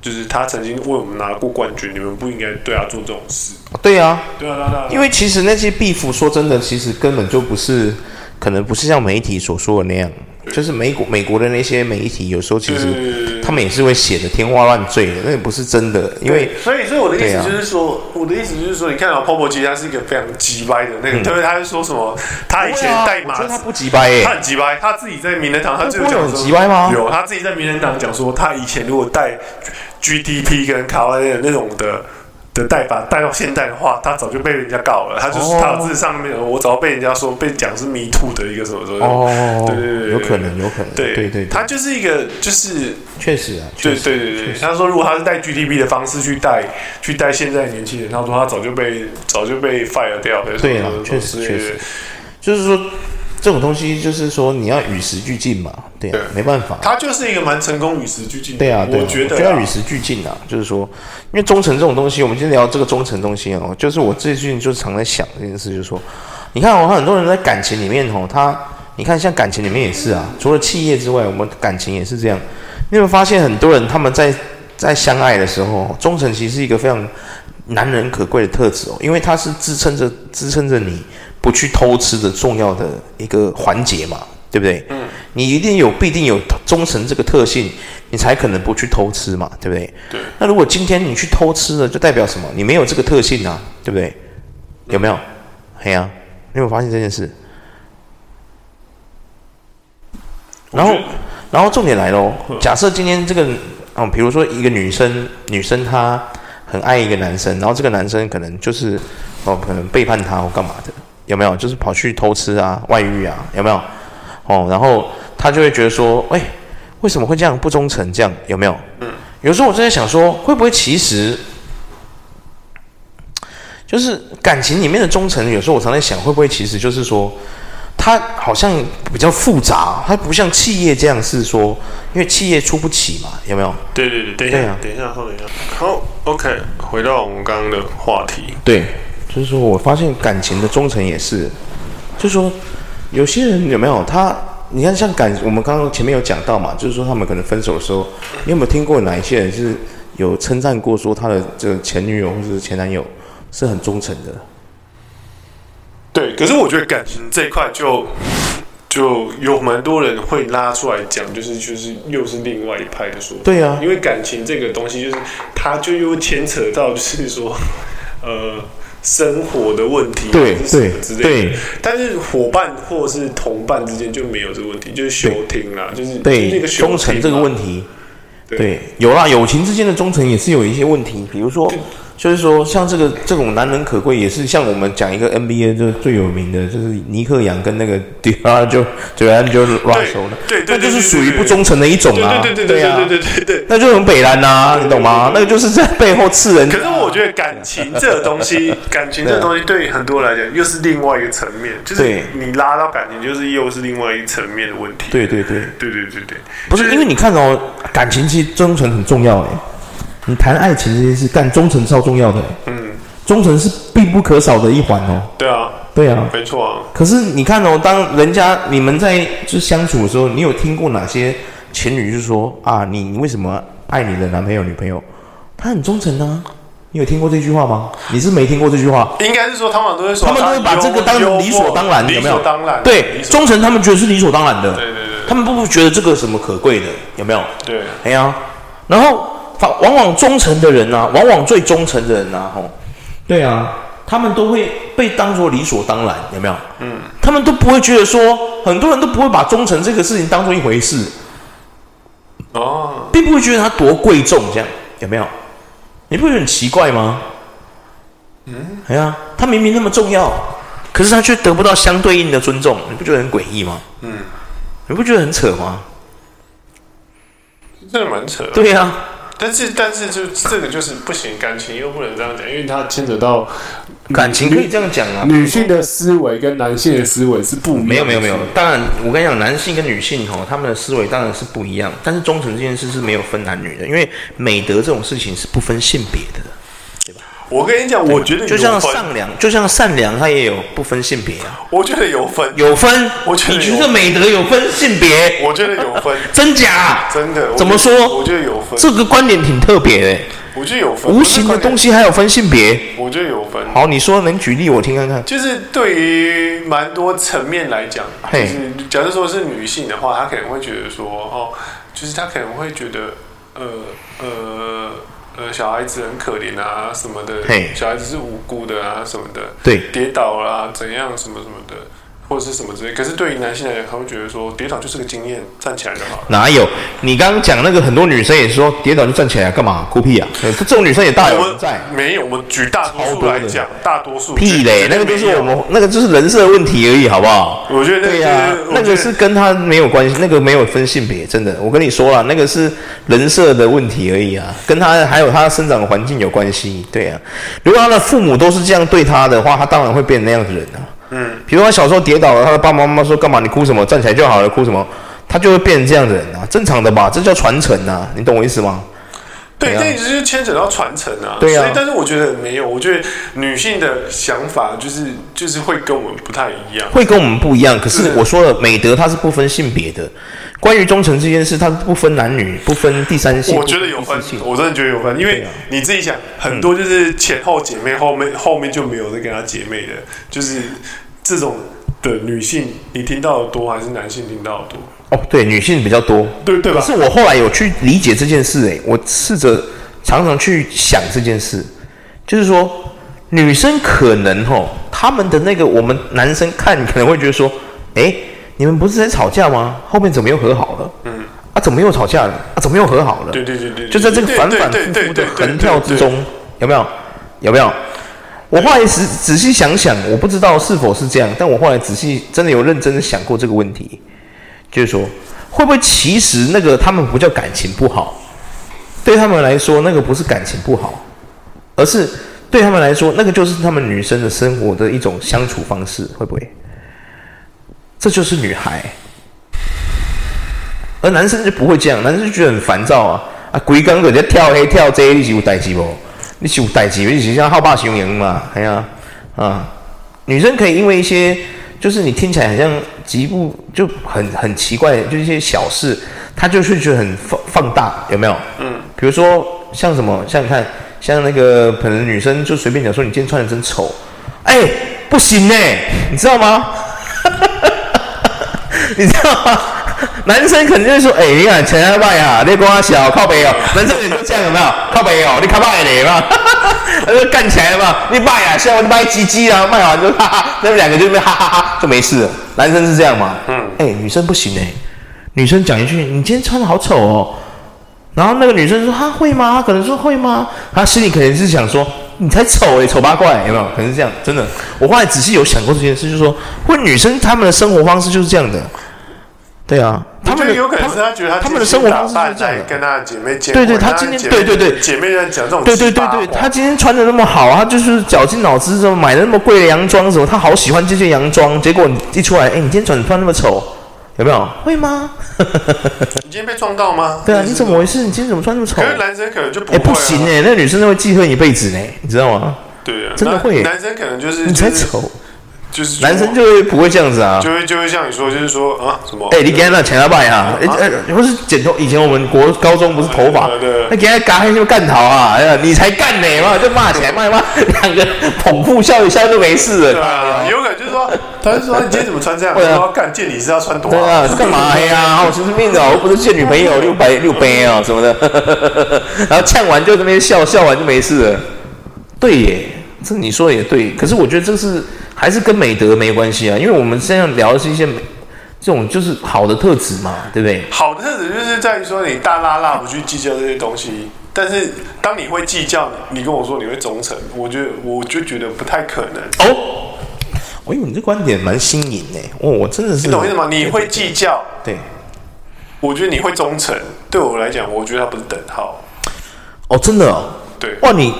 S1: 就是他曾经为我们拿过冠军，你们不应该对他做这种事。
S3: 对啊，
S1: 对啊，对啊，对啊
S3: 因为其实那些 beef，说真的，其实根本就不是，可能不是像媒体所说的那样，就是美国美国的那些媒体，有时候其
S1: 对对对对
S3: 实
S1: 对
S3: 他们也是会写的天花乱坠的，那也不是真的，因为
S1: 所以，所以我的意
S3: 对
S1: 思
S3: 啊
S1: 就是说，我的意思就是说，你看到 Popo 其实他是一个非常鸡掰的
S3: 嗯
S1: 那个，特别他就说什么，他以前带
S3: 啊我觉
S1: 马
S3: 得他不急掰
S1: 他
S3: 哎，
S1: 很急掰，他自己在名人堂，他就
S3: 会
S1: 讲
S3: 有
S1: 说
S3: 很急掰吗
S1: 有，他自己在名人堂讲说，他以前如果带 GDP 跟卡哇伊的那种的的带法带到现代的话，他早就被人家告了。他就是、
S3: 哦
S1: 他有自上面有，我早被人家说被讲是迷途的一个什么什么。
S3: 哦
S1: 对对对，对
S3: 有可能，有可能，
S1: 对
S3: 对对，
S1: 他就是一个就是
S3: 确实啊，
S1: 对
S3: 确实
S1: 对对对，他说如果他是带 GDP 的方式去带去带现在的年轻人，他说他早就被早就被 fire 掉了。
S3: 对
S1: 什么
S3: 啊
S1: 什么
S3: 确实
S1: 之类的
S3: 确实就是说这种东西，就是说你要与时俱进嘛，对啊，没办法，
S1: 他就是一个蛮成功与时俱进的。
S3: 对啊，对啊
S1: 我觉得
S3: 就要
S1: 啊
S3: 与时俱进啊。就是说，因为忠诚这种东西，我们今天聊这个忠诚东西哦，就是我最近就是常在想这件事，就是说，你看哦，很多人在感情里面哦，他你看像感情里面也是啊，除了企业之外，我们感情也是这样。你有没有发现很多人他们在在相爱的时候，哦忠诚其实是一个非常难能可贵的特质哦，因为它是支撑着支撑着你不去偷吃的重要的一个环节嘛，对不对？嗯，你一定有必定有忠诚这个特性，你才可能不去偷吃嘛，对不对？
S1: 对。
S3: 那如果今天你去偷吃了，就代表什么？你没有这个特性啊，对不对？有没有？嘿呀、你有没有发现这件事？然后
S1: 我觉得，
S3: 然后重点来喽。假设今天这个，嗯，比如说一个女生，女生她很爱一个男生，然后这个男生可能就是哦，可能背叛她或干嘛的，有没有？就是跑去偷吃啊、外遇啊，有没有？哦，然后她就会觉得说，哎、为什么会这样不忠诚？这样有没有？嗯，有时候我正在想说，会不会其实就是感情里面的忠诚，有时候我常在想，会不会其实就是说，它好像比较复杂，它不像企业这样是说，因为企业出不起嘛，有没有？
S1: 对对对，等一
S3: 对
S1: 下，
S3: 啊
S1: 等一下，稍等一下。好，OK，回到我们刚刚的话题。
S3: 对，就是说我发现感情的忠诚也是，就是说有些人有没有他，你看像感，我们刚刚前面有讲到嘛，就是说他们可能分手的时候，你有没有听过哪一些人是有称赞过说他的这个前女友或者是前男友是很忠诚的？
S1: 对，可是我觉得感情这一块就就有蛮多人会拉出来讲，就是就是又是另外一派的说法。
S3: 对啊
S1: 因为感情这个东西，就是它就又牵扯到就是说， (laughs) 呃，生活的问题，啊
S3: 对
S1: 还是什么
S3: 对
S1: 之类的
S3: 对。
S1: 但是伙伴或是同伴之间就没有这个问题，就是休庭啦，就是就是那
S3: 对，
S1: 个休
S3: 忠
S1: 庭
S3: 诚
S1: 啊
S3: 这个
S1: 嘛
S3: 问题，
S1: 对
S3: 对，有啦，友情之间的忠诚也是有一些问题，比如说，就是说像这个这种难能可贵，也是像我们讲一个 NBA 就是最有名的，就是尼克杨跟那个 d e a n (laughs) 就 d e a n 就 Russell 的，
S1: 对对对
S3: 那就是
S1: 对
S3: 属于
S1: 对
S3: 不忠诚的一种啊，
S1: 对对对对
S3: 对啊
S1: 对对对对对。
S3: 那就很北蓝呐，你懂吗？那个就是在背后刺人
S1: 可。是我觉得感情这个东西，
S3: 啊
S1: 感情这个东西对于很多人来讲又是另外一个层面，就是
S3: 对
S1: 你拉到感情，就是又是另外一层面的问题。
S3: 对对对，
S1: 对对对对，
S3: 不是因为你看哦，感情其实忠诚很重要哎，你谈爱情这件事，干忠诚超重要的，欸
S1: 嗯，
S3: 忠诚是必不可少的一环哦。
S1: 对啊，
S3: 对啊，
S1: 没错啊，
S3: 可是你看哦，当人家你们在就相处的时候，你有听过哪些情侣就说啊，你你为什么爱你的男朋友女朋友？他很忠诚啊，你有听过这句话吗？你是没听过这句话？
S1: 应该是说他们都会说，啊
S3: 他们都会把这个当成理所当
S1: 幽默
S3: 然，有没
S1: 理
S3: 有
S1: 所？当然，
S3: 对
S1: 理，所
S3: 忠诚他们觉得是理所当然的，
S1: 对对
S3: 他们不觉得这个什么可贵的，有没有？
S1: 对对，
S3: 哎呀、然后反往往忠诚的人啊，往往最忠诚的人啊，吼，对啊，他们都会被当作理所当然，有没有？嗯，他们都不会觉得说，很多人都不会把忠诚这个事情当做一回事，
S1: 哦，
S3: 并不会觉得它多贵重，这样有没有？你不会觉得很奇怪吗？嗯，哎呀，他明明那么重要，可是他却得不到相对应的尊重，你不觉得很诡异吗？嗯，你不觉得很扯吗？
S1: 真的蛮扯的。
S3: 对呀、啊
S1: 但是但是就这个就是不行，感情又不能这样讲，因为它牵扯
S3: 啊
S1: 到
S3: 感情可以这样讲啊，
S2: 女性的思维跟男性的思维是不一样的
S3: 没有没有没有，当然我跟你讲，男性跟女性吼，他们的思维当然是不一样，但是忠诚这件事是没有分男女的，因为美德这种事情是不分性别的，
S1: 我跟你讲，我觉得
S3: 就
S1: 有
S3: 像
S1: 分，
S3: 善良，就像善良，它也有不分性别啊，
S1: 我觉得有分，
S3: 有分，
S1: 我觉得有
S3: 你觉得美德有分性别，
S1: 我觉得有分，
S3: 真假？
S1: 真
S3: (laughs)
S1: 的。我
S3: 怎么
S1: 觉得
S3: 说
S1: 我觉得有分，
S3: 这个观点挺特别的、
S1: 我觉得有分，
S3: 无形的东西还有分性别。
S1: 我觉得有分。
S3: 好，你说能举例我听看看？
S1: 就是对于蛮多层面来讲，就
S3: 嘿
S1: 是假如说是女性的话，她可能会觉得说，哦，就是她可能会觉得，呃呃呃，小孩子很可怜啊什么的
S3: 嘿，
S1: 小孩子是无辜的啊什么的，
S3: 对
S1: 跌倒啦、怎样什么什么的，或者是什么之类。可是对于男性来讲，他会觉得说，跌倒就是个经验，站起来就好了。
S3: 哪有？你刚刚讲那个很多女生也说跌倒就站起来干嘛？孤僻啊！这种女生也大有
S1: 哎我
S3: 人在。
S1: 没有，我举大多
S3: 超
S1: 数
S3: 多
S1: 来
S3: 的
S1: 讲，大多数
S3: 屁嘞，那个就是我。们那个就是人设问题而已，好不好？
S1: 我觉得那个
S3: 对呀、
S1: 就是
S3: 那
S1: 我觉得
S3: 个是跟他没有关系，那个没有分性别，真的，我跟你说了，那个是人设的问题而已啊，跟他还有他生长的环境有关系，对呀、如果他的父母都是这样对他的话，他当然会变那样的人啊。嗯，比如他小时候跌倒了，他的爸爸妈妈说干嘛你哭什么，站起来就好了，哭什么，他就会变成这样的人啊，正常的吧，这叫传承啊，你懂我意思吗？
S1: 对，
S3: 怎
S1: 这
S3: 样
S1: 就是牵扯到传承啊。
S3: 啊对啊
S1: 所以但是我觉得没有，我觉得女性的想法就是就是会跟我们不太一样。
S3: 会跟我们不一样，可是
S1: 是
S3: 我说了，美德它是不分性别的。关于忠诚这件事，它是不分男女，不分第三性。
S1: 我觉得有分
S3: 不第四，性
S1: 我真的觉得有分，因为
S3: 啊
S1: 你自己想，很
S3: 嗯
S1: 多就是前后姐妹，后面后面就没有再跟她姐妹的，就是这种的女性，你听到的多还是男性听到的多？
S3: 哦，对，女性比较多。
S1: 对对吧
S3: 可是我后来有去理解这件事，哎，我试着常常去想这件事，就是说，女生可能吼，他们的那个我们男生看可能会觉得说，哎，你们不是在吵架吗？后面怎么又和好了？嗯，啊，怎么又吵架了？啊，怎么又和好了？
S1: 对对对对，
S3: 就在这个
S1: 对
S3: 反反
S1: 对
S3: 复
S1: 对
S3: 复的
S1: 对对
S3: 横跳之
S1: 对
S3: 中，有没有？有没有？我后来仔仔细想想，我不知道是否是这样，但我后来仔细真的有认真的想过这个问题，就是说，会不会其实那个他们不叫感情不好，对他们来说那个不是感情不好，而是对他们来说那个就是他们女生的生活的一种相处方式，会不会？这就是女孩，而男生就不会这样，男生就觉得很烦躁啊啊，规工搁在跳黑跳这，你是有代志无？你是有代志，你是像好霸雄赢嘛？哎呀、啊，女生可以因为一些就是你听起来好像极不就很很奇怪，就是一些小事，她就是觉得很放放大，有没有？嗯，比如说像什么，像你看，像那个可能女生就随便讲说你今天穿的真丑，哎、不行呢、哎你知道吗？ (laughs) 你知道吗？男生肯定会说：“哎、你看前两拜啊，你瓜小靠北哦。”男生也就这样有没有？靠北哦，你靠拜你嘛， (laughs) 他就干起来了嘛。你拜啊，现在我拜鸡鸡啊，拜完就 (laughs) 哈哈，他们两个就被哈哈哈就没事了。男生是这样嘛？嗯，哎、女生不行哎、女生讲一句：“你今天穿的好丑哦。”然后那个女生说：“她会吗？”她可能说会吗？她心里可能是想说：“你才丑哎，丑八怪，有没有？”可能是这样，真的。我后来仔细有想过这件事，就是说，或女生她们的生活方式就是这样的。对啊，她
S1: 我觉
S3: 们
S1: 得
S3: 的
S1: 有可能是他觉得他
S3: 她们的生活方式
S1: 打
S3: 就是
S1: 扮
S3: 这样
S1: 来
S3: 的。
S1: 跟他的姐妹结
S3: 对
S1: 婚，
S3: 对她
S1: 让
S3: 今天
S1: 姐妹
S3: 对对对
S1: 姐妹在讲这种
S3: 对对
S1: 鸡巴
S3: 对对，
S1: 话
S3: 她今天穿的那么好，她就是绞尽脑汁，怎么买那么贵的洋装什么，她好喜欢这件洋装。结果你一出来，哎，你今天穿穿那么丑，有没有？会吗？
S1: 你今天被撞到吗？
S3: 对啊，你怎么回事？你今天怎么穿那么丑
S1: 可？是男生可能就不
S3: 哎，
S1: 会、啊
S3: 不行哎、那女生都会记恨一辈子呢、你知道吗？
S1: 对啊，
S3: 真的
S1: 那
S3: 会欸
S1: 男生可能就是
S3: 你才
S1: 就是
S3: 丑，
S1: 就是
S3: 男生就会不会这样子啊？
S1: 就会就会像你说，就是说啊什么？
S3: 哎、你给他那钱要拜啊？哎、哎，不是剪头，以前我们国高中不是头发
S1: 对对对，
S3: 那给他嘎黑就干头啊？哎呀，你才干呢嘛，就骂起来骂一骂，两个捧腹笑一下就没事
S1: 对
S3: 了。
S1: 啊，有可能就是
S3: (laughs)
S1: 说，他就说你今天怎么穿这样？我
S3: 对啊
S1: 说干见你是要穿多
S3: 对
S1: 好？
S3: 啊，干嘛呀？我神经病的，哦我又不是见女朋 (laughs) 友六百六杯啊什么的， (laughs) 然后呛完就在那边笑，笑完就没事了。对耶，这你说的也对，可是我觉得这是还是跟美德没关系啊，因为我们现在聊的是一些美这种就是好的特质嘛，对不对？
S1: 好的特质就是在于说你大拉拉不去计较这些东西，但是当你会计较，你跟我说你会忠诚，我就我就觉得不太可能，
S3: 哦，哎呦，你这观点蛮新颖哎，哦，我真的是
S1: 你懂我意思吗？你会计较，
S3: 对。
S1: 我觉得你会忠诚，对我来讲，我觉得它不是等号。
S3: 哦，真的哦，
S1: 对
S3: 哇，你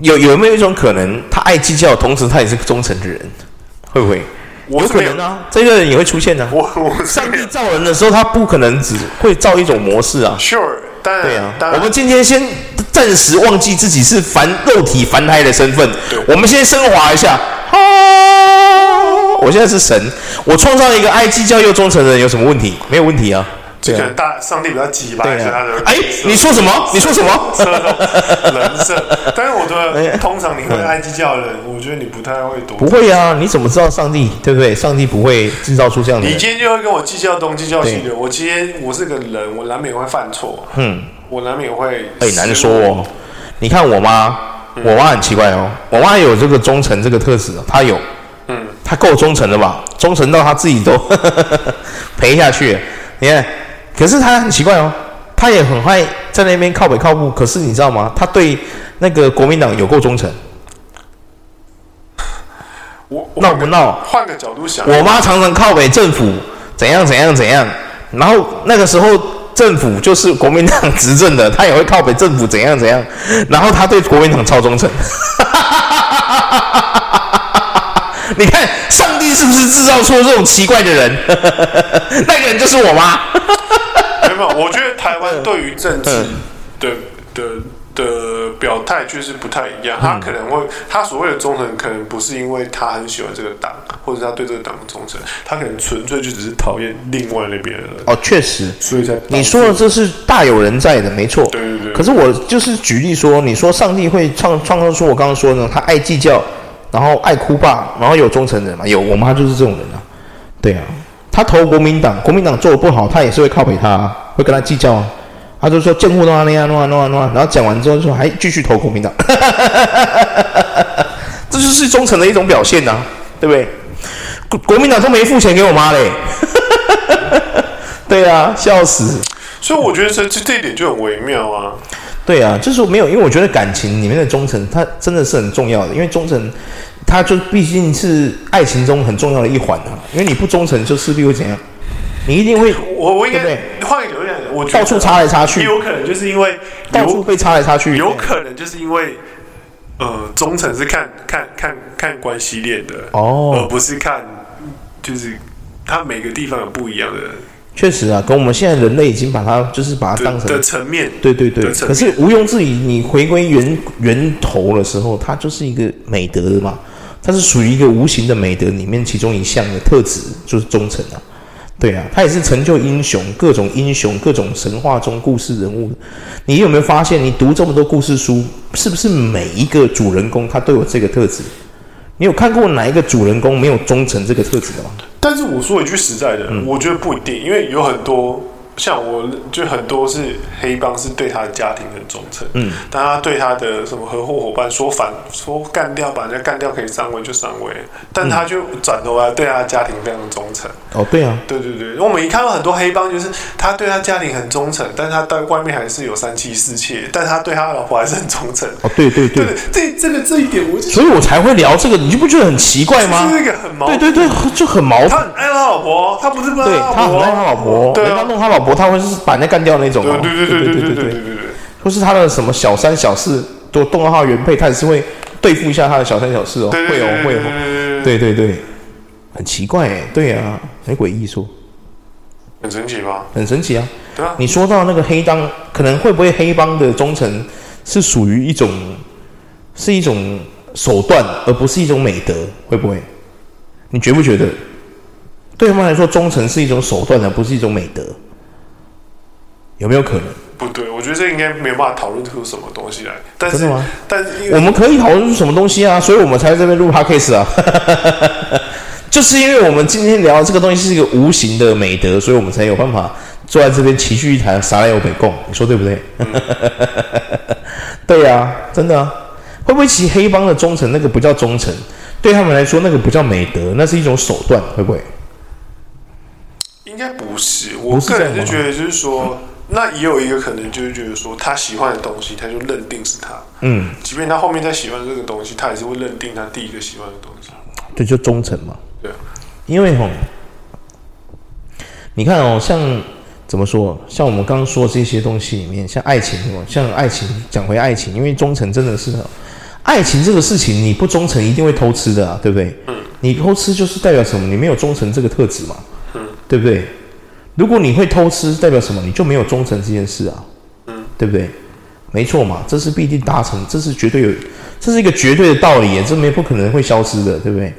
S3: 有有没有一种可能，他爱计较，同时他也是个忠诚的人，会不会？
S1: 我
S3: 有
S1: 是
S3: 可
S1: 没有
S3: 能啊，这个人也会出现呢、啊。
S1: 我我是
S3: 上
S1: 没
S3: 帝
S1: 有
S3: 造人的时候，他不可能只会造一种模式啊。
S1: sure，当然
S3: 对啊，
S1: 当
S3: 我
S1: 然
S3: 们今天先暂时忘记自己是凡肉体凡胎的身份，我们先升华一下。啊我现在是神，我创造一个爱计较又忠诚的人，有什么问题？没有问题啊。
S1: 这
S3: 对
S1: 可
S3: 啊
S1: 能大上帝比较急吧，
S3: 对
S1: 所以他
S3: 啊
S1: 的。
S3: 哎，你说什么？你说什么？
S1: 这
S3: 哎
S1: 种 (laughs) 人设，但是我觉得通常你会爱计较的人，我觉得你不太会多。
S3: 嗯不会啊，你怎么知道上帝对不对？上帝不会制造出这样的
S1: 你
S3: 人。
S1: 今天就会跟我计较东计较西的，我今天我是个人，我难免会犯错，嗯，我难免会
S3: 哎，难说哦。你看我妈，
S1: 嗯
S3: 我妈很奇怪哦，我妈有这个忠诚这个特质哦，她有，嗯，她够忠诚了吧？忠诚到她自己都 (laughs) 赔下去了。你看，可是她很奇怪哦，她也很快在那边靠北靠步，可是你知道吗？她对那个国民党有够忠诚，
S1: 我
S3: 闹不闹？
S1: 换个角度想，
S3: 我妈常常靠北政府怎样怎样怎样，然后那个时候政府就是国民党执政的，她也会靠北政府怎样怎样，然后她对国民党超忠诚。 (laughs) 你看，上帝是不是制造出这种奇怪的人？ (laughs) 那个人就是我妈。
S1: 没有，没有我觉得台
S3: 嗯
S1: 湾对于政治的的的表态确实不太一样。他可能
S3: 嗯
S1: 会，他所谓的忠诚，可能不是因为他很喜欢这个党，或者他对这个党忠诚，他可能纯粹就只是讨厌另外那边的人，
S3: 哦，确实，
S1: 所以才
S3: 你说的这是大有人在的，没错。
S1: 对对对
S3: 可是我就是举例说，你说上帝会创创造出我刚刚说的，他爱计较，然后爱哭爸，然后有忠诚人嘛？有，我妈就是这种人啊。对啊，他投国民党，国民党做的不好，他也是会靠北他、啊，会跟他计较啊。他就说见户弄啊那样弄啊弄啊弄啊，然后讲完之后就说还继续投国民党， (laughs) 这就是忠诚的一种表现呐、啊，对不对？国国民党都没付钱给我妈嘞， (laughs) 对啊，笑死。
S1: 所以我觉得这这这一点就很微妙啊。
S3: 对啊，就是说没有，因为我觉得感情里面的忠诚，它真的是很重要的，因为忠诚，它就毕竟是爱情中很重要的一环啊。因为你不忠诚，就势必会怎样，啊你一定会
S1: 我我应该
S3: 对不
S1: 换一个角度讲，我觉
S3: 到
S1: 得
S3: 处插来插去，
S1: 有可能就是因为
S3: 到处被插来插去，
S1: 有可能就是因为，呃，忠诚是看看看看关系链的，
S3: 哦
S1: 而不是看就是它每个地方有不一样的
S3: 确实啊，跟我们现在人类已经把它就是把它当
S1: 的
S3: 成
S1: 的层面。
S3: 对对对
S1: 的，层面
S3: 可是毋庸置疑，你回归源源头的时候，它就是一个美德的嘛，它是属于一个无形的美德里面其中一项的特质，就是忠诚啊。对啊，它也是成就英雄，各种英雄，各种神话中故事人物。你有没有发现，你读这么多故事书，是不是每一个主人公他都有这个特质？你有看过哪一个主人公没有忠诚这个特质的吗？
S1: 但是我说一句实在的，
S3: 嗯
S1: 我觉得不一定，因为有很多像我就很多是黑帮是对他的家庭很忠诚，嗯，但他对他的什么合伙伙伴说反说干掉把人家干掉可以上位就上位，但他就转头来对他的家庭非常忠诚。
S3: 哦，对啊，
S1: 对对对，我们一看到很多黑帮，就是他对他家庭很忠诚，但他到外面还是有三妻四妾，但他对他老婆还是很忠诚。
S3: 哦，对对对
S1: 对，这这个这一点，我就觉
S3: 所以我才会聊这个，你就不觉得很奇怪
S1: 得
S3: 吗？
S1: 这是一个很矛
S3: 对
S1: 盾。
S3: 对对，就很矛盾
S1: 他。
S3: 啊
S1: 很爱他老婆，他不是不爱
S3: 对
S1: 老婆，
S3: 他很爱他老婆，
S1: 啊对
S3: 人家
S1: 啊，
S3: 弄他老婆，他会是把人家干掉那种哦。
S1: 对啊对对对对对对对对。
S3: 或是他的什么小三小四，都动到他的原配，他也是会对付一下他的小三小四哦，会
S1: 对对
S3: 哦会哦，
S1: 对对，
S3: 对对对，很奇怪哎，对啊，很诡异说，
S1: 很神奇吧？
S3: 很神奇啊。
S1: 对啊，
S3: 你说到那个黑帮，可能会不会黑帮的忠诚是属于一种，是一种手段，而不是一种美德？会不会？你觉不觉得？对他们来说，忠诚是一种手段，而不是一种美德，有没有可能？
S1: 不对，我觉得这应该没有办法讨论出什么东西来。但
S3: 真的
S1: 是
S3: 吗，
S1: 但是因
S3: 我
S1: 为
S3: 们可以讨论出什么东西啊？所以我们才在这边录 podcast 啊。 (laughs) 就是因为我们今天聊的这个东西是一个无形的美德，所以我们才有办法坐在这边齐聚一堂，啥来有北共，你说对不对？ (laughs) 对呀、啊，真的、啊。会不会其实黑帮的忠诚那个不叫忠诚，对他们来说那个不叫美德，那是一种手段，会不会？
S1: 应该不是，
S3: 不
S1: 我
S3: 是这
S1: 个
S3: 样吗
S1: 人就觉得就是说，那也有一个可能就是觉得说，他喜欢的东西他就认定是他，
S3: 嗯，
S1: 即便他后面再喜欢这个东西，他也是会认定他第一个喜欢的东西。
S3: 对，就忠诚嘛。
S1: 对啊，
S3: 因为吼，你看哦，像怎么说，像我们刚刚说这些东西里面，像爱情哦，像爱情，讲回爱情，因为忠诚真的是，哦爱情这个事情，你不忠诚一定会偷吃的啊，对不对？嗯。你偷吃就是代表什么？你没有忠诚这个特质嘛，嗯，对不对？如果你会偷吃，代表什么？你就没有忠诚这件事啊，嗯，对不对？没错嘛，这是必定达成，这是绝对有，这是一个绝对的道理耶，这没不可能会消失的，对不对？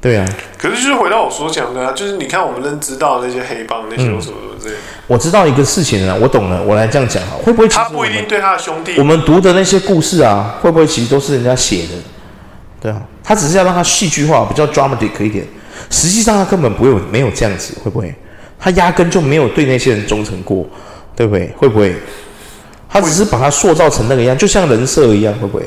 S3: 对啊，
S1: 可是就是回到我所讲的、啊，就是你看我们认知到的那些黑帮那
S3: 嗯
S1: 些什么什么之类的，
S3: 我知道一个事情了，啊我懂了，我来这样讲哈，会不会其实
S1: 他
S3: 我
S1: 不一
S3: 们
S1: 定对他的兄弟
S3: 我们读的那些故事啊，会不会其实都是人家写的？对啊，他只是要让它戏剧化，比较 dramatic 一点。实际上他根本不会有没有这样子，会不会？他压根就没有对那些人忠诚过，对不对？会不会？他只是把它塑造成那个样，就像人设一样，会不会？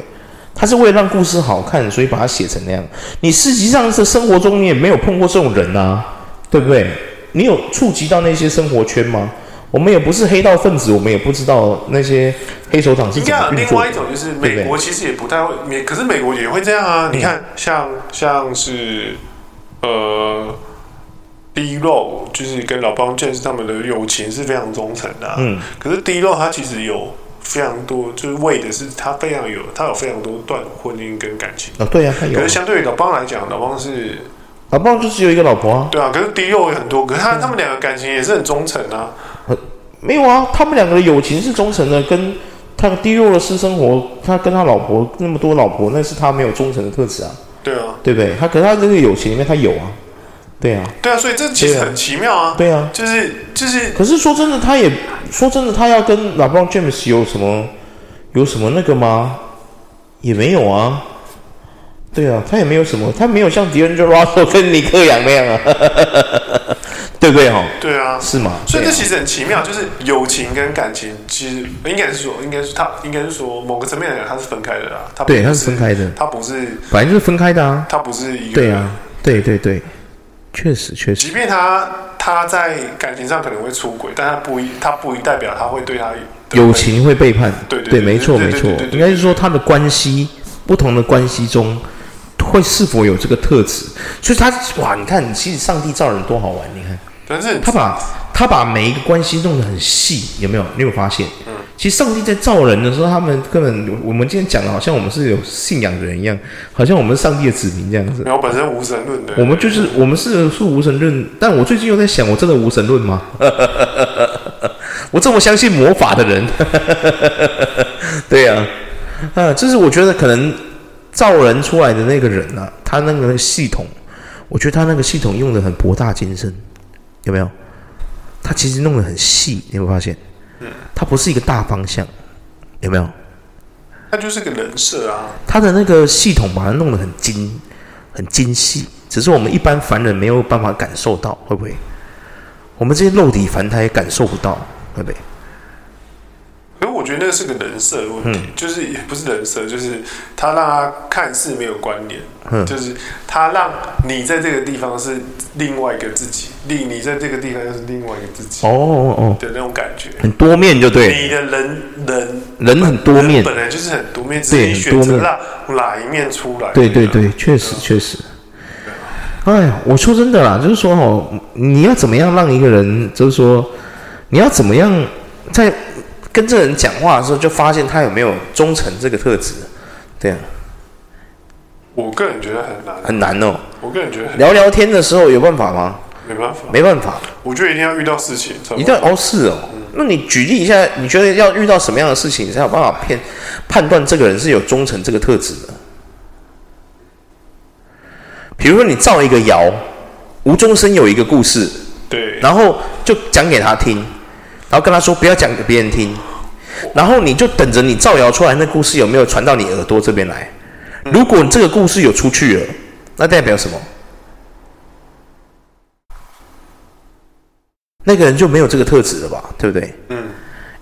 S3: 他是为了让故事好看，所以把它写成那样。你实际上是生活中你也没有碰过这种人啊，对不对？你有触及到那些生活圈吗？我们也不是黑道分子，我们也不知道那些黑手党是
S1: 应
S3: 怎
S1: 该
S3: 么
S1: 有
S3: 运
S1: 另
S3: 作
S1: 外
S3: 的
S1: 一。种，就是
S3: 对不对
S1: 美国其实也不太会，美可是美国也会这样啊。你
S3: 嗯
S1: 看，像像是呃，D Row 就是跟老帮 James 他们的友情是非常忠诚的、啊，嗯。可是 D Row 他其实有非常多，就是为的是他非常有，他有非常多段婚姻跟感情。
S3: 啊，对呀、他有
S1: 可
S3: 啊
S1: 是。相对于老帮来讲，老帮是
S3: 老棒就只有一个老婆啊，
S1: 对啊，可是 D Row 有很多，可是他他们两个感情也是很忠诚啊。
S3: 没有啊，他们两个的友情是忠诚的，跟他低落的私生活，他跟他老婆那么多老婆，那是他没有忠诚的特质啊，
S1: 对啊，
S3: 对不对？他可是他这个友情里面他有啊，对啊，
S1: 对啊，所以这其实
S3: 对啊
S1: 很奇妙啊。
S3: 对啊。
S1: 就是就是
S3: 可是说真的，他也说真的，他要跟老棒 James 有什么有什么那个吗？也没有啊。对啊，他也没有什么，他没有像迪恩· Russell 跟尼克杨那样啊， (laughs) 对不对哈、哦？
S1: 对啊，
S3: 是吗？
S1: 所以
S3: 对
S1: 这
S3: 啊
S1: 其实很奇妙，就是友情跟感情，其实应该是说，应该是他，应该是说某个层面来讲，它是分开的啦。它不
S3: 对它是分开的
S1: 它不是，
S3: 本来就是分开的啊。
S1: 它不是一个。
S3: 对啊，，对对对，确实确实，
S1: 即便他他在感情上可能会出轨，但他不一，他不一代表他会对他的的
S3: 友情会背叛，
S1: 对对对
S3: 没错
S1: 对
S3: 没
S1: 对
S3: 错
S1: 对对，对
S3: 应该是说他的关系不同的关系中会是否有这个特质，所以他哇，你看，其实上帝造人多好玩，你看
S1: 但是
S3: 他把他把每一个关系弄得很细，有没有？你有没有发现？嗯，其实上帝在造人的时候，他们根本我们今天讲的好像我们是有信仰的人一样，好像我们是上帝的子民这样子。
S1: 没有本身无神论的，
S3: 我们就是我们是是无神论，但我最近又在想，我真的无神论吗？ (laughs) 我这么相信魔法的人， (laughs) 对呀、啊，啊，就是我觉得可能造人出来的那个人啊，他那个那个系统，我觉得他那个系统用的很博大精深，有没有？他其实弄得很细，你有没有发现？他不是一个大方向，有没有？
S1: 他就是个人设啊，
S3: 他的那个系统把它弄得很精、很精细，只是我们一般凡人没有办法感受到，会不会？我们这些肉体凡胎感受不到，会不会？
S1: 可是我觉得那是个人设的问题，
S3: 嗯
S1: 就是也不是人设，就是他让他看似没有关联，
S3: 嗯
S1: 就是他让你在这个地方是另外一个自己，另你在这个地方又是另外一个自己
S3: 哦哦哦，
S1: 的那种感觉。
S3: 很多面就
S1: 你
S3: 对，
S1: 的人人
S3: 人很多面
S1: 人，本来就是很多面，只是
S3: 对
S1: 你选
S3: 很多
S1: 择
S3: 面
S1: 让哪一面出来。
S3: 对对对，确实确实。哎呀，我说真的啦，就是说哦，你要怎么样让一个人，就是说，你要怎么样在跟这个人讲话的时候，就发现他有没有忠诚这个特质，对啊，
S1: 我个人觉得很难，
S3: 很难哦。
S1: 我个人觉得很
S3: 聊聊天的时候有办法吗？
S1: 没办法，
S3: 没办法，
S1: 我觉得一定要遇到事情，
S3: 一定要哦是哦。那你举例一下，你觉得要遇到什么样的事情，你才有办法骗判断这个人是有忠诚这个特质的？比如说，你造一个谣，无中生有一个故事，
S1: 对
S3: 然后就讲给他听，然后跟他说不要讲给别人听，然后你就等着你造谣出来那故事有没有传到你耳朵这边来。如果你这个故事有出去了，那代表什么？那个人就没有这个特质了吧，对不对？嗯，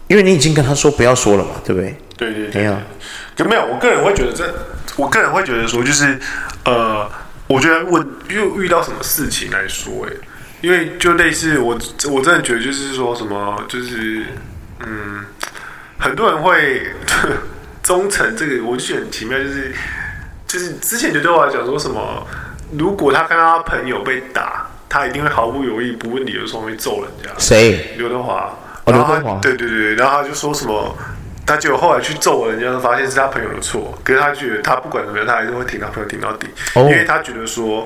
S3: 因为你已经跟他说不要说了嘛，对不哎对？
S1: 对对对
S3: 没有，
S1: 可没有，我个人会觉得这，我个人会觉得说，就是呃，我觉得问又遇到什么事情来说、欸，因为就类似我，我真的觉得就是说什么，就是嗯，很多人会 (laughs) 忠诚这个，我就觉得很奇妙，就是就是之前就对我来讲说什么，如果他看到他朋友被打，他一定会毫不犹豫、不问理由地说会揍人家。
S3: 谁？
S1: 刘德华，
S3: 哦
S1: 然后他
S3: 刘德华
S1: 对对对，然后他就说什么，他结果后来去揍人家，发现是他朋友的错，可是他觉得他不管怎么样，他还是会挺他朋友挺到底，
S3: 哦
S1: 因为他觉得说。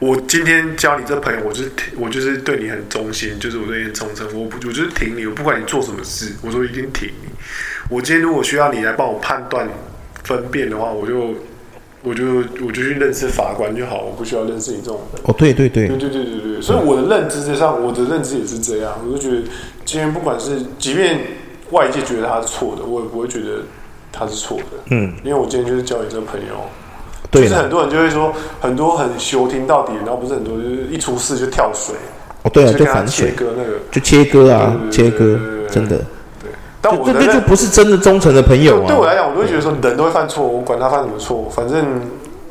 S1: 我今天交你这朋友，我就是挺我就是对你很忠心，就是我对你很忠诚，我不我就是挺你，我不管你做什么事，我都一定挺你。我今天如果需要你来帮我判断分辨的话，我就我就我就去认识法官就好，我不需要认识你这种人。
S3: 哦，对对对
S1: 对对对对对，所以我的认知之上，我的认知也是这样。我就觉得，今天不管是，即便外界觉得他是错的，我也不会觉得他是错的。嗯，因为我今天就是交你这个朋友。
S3: 对
S1: 就是
S3: 了
S1: 很，多人就会说，很多很修听到底，然后不是很多，就是一出事就跳水，
S3: 哦对啊，
S1: 就
S3: 就
S1: 跟他
S3: 反
S1: 切
S3: 水，
S1: 割那个。
S3: 就切割啊，
S1: 对对对
S3: 切割
S1: 对对对，对
S3: 真的，
S1: 对，但我
S3: 这
S1: 的
S3: 这就
S1: 认
S3: 不是真的忠诚的朋友啊。
S1: 对我来讲，我都会觉得说，人都会犯错，我管他犯什么错，反正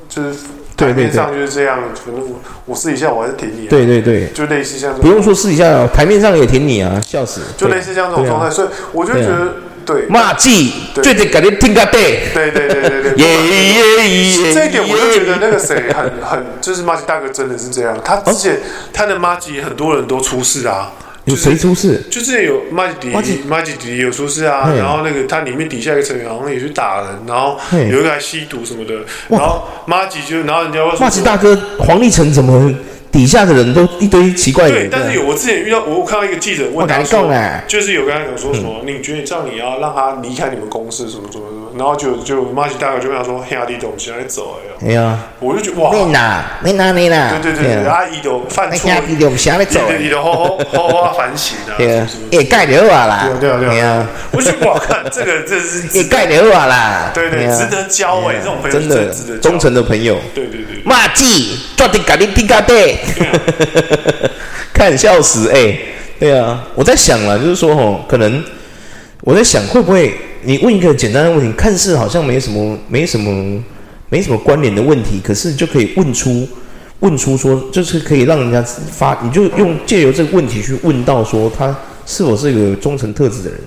S1: 就是
S3: 对
S1: 台面
S3: 对对
S1: 上就是这样，反正我我试一下，我还是挺你、啊。，
S3: 对对对，
S1: 就类似像这种
S3: 不用说试一下哦，台面上也挺你啊，笑死。
S1: 就类似像
S3: 啊
S1: 这种状态，所以我就觉得对，
S3: 骂鸡，
S1: 对
S3: 最得感觉听个对，
S1: 对对对对对
S3: 耶
S1: 对。
S3: 耶耶。
S1: 这一点我就觉得那个谁很很，就是马吉大哥真的是这样。他之前他的马吉很多人都出事啊，
S3: 哦有谁出事？
S1: 就之前有马吉迪
S3: 马吉
S1: 马吉迪有出事啊，
S3: 嘿
S1: 然后那个他里面底下一个成员好像也去打人，然后
S3: 嘿
S1: 有一个还吸毒什么的，然后马吉就然后人家会
S3: 骂
S1: 说
S3: 鸡大哥，黄立成怎么底下的人都一堆奇怪的
S1: 对，
S3: 人？
S1: 但是有我之前遇到，我我看到一个记者问
S3: 我跟
S1: 他
S3: 你
S1: 说
S3: 讲欸，
S1: 就是有跟他讲说什么，
S3: 嗯
S1: 你觉得这样你要让他离开你们公司什么什么什么，然后就就马吉大哥就跟他说，黑亚弟总现在走了哟，
S3: 哎呀，
S1: 我就觉得哇，
S3: 你哪，你哪，你哪？
S1: 对对对对，
S3: 啊，
S1: 阿姨都犯
S3: 那
S1: 错，
S3: 下弟就下来走。哎
S1: 你的好好好好好反省啊，
S3: 对
S1: 什
S3: 啊
S1: 么什么，的，
S3: 也盖掉我啦。
S1: 对啊对啊对
S3: 啊，
S1: 我就觉得哇，看这个这是
S3: 也 (laughs)
S1: 值得，
S3: 盖掉我啦。
S1: 对对，
S3: 啊
S1: 值得交哎，这种朋友
S3: 真
S1: 是真
S3: 的
S1: 的值得交
S3: 忠诚，的朋友。
S1: 对对对，
S3: 骂鸡，抓紧赶紧听咖啡，看笑死哎、对啊，我在想了，就是说哦，可能我在想会不会你问一个简单的问题，看似好像没什么、没什么、没什么关联的问题，可是就可以问出问出说，就是可以让人家发，你就用借由这个问题去问到说他是否是一个有忠诚特质的人。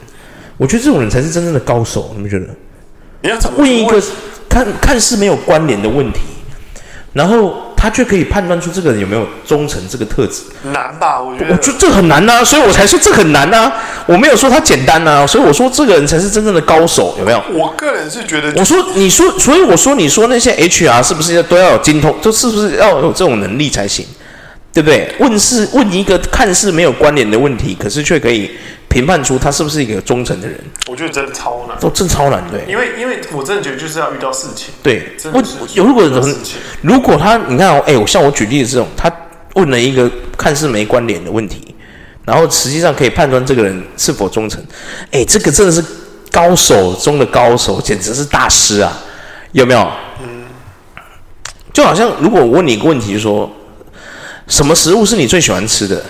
S3: 我觉得这种人才是真正的高手，你们觉得？
S1: 你要怎么去
S4: 问一个看看似没有关联的问题，然后他却可以判断出这个人有没有忠诚这个特质。
S1: 难吧？我觉
S3: 我
S1: 得
S3: 觉得这很难呐、所以我才说这很难呐、我没有说他简单呐、所以我说这个人才是真正的高手，有没有？
S1: 我个人是觉得
S3: 我说，你说，所以我说，你说那些 HR 是不是都要有精通，就是不是要有这种能力才行，对不对？问是问一个看似没有关联的问题，可是却可以评判出他是不是一个忠诚的人，
S1: 我觉得真的超难，
S3: 都真超难，对
S1: 因为因为我真的觉得就是要遇到事情，
S3: 对。
S1: 真
S3: 问
S1: 的是
S3: 有如果有
S1: 遇到
S3: 人
S1: 事情，
S3: 如果他，你看、哦，哎，我像我举例的这种，他问了一个看似没关联的问题，然后实际上可以判断这个人是否忠诚，哎，这个真的是高手中的高手，简直是大师啊，有没有？嗯，就好像如果我问你一个问题说，什么食物是你最喜欢吃的？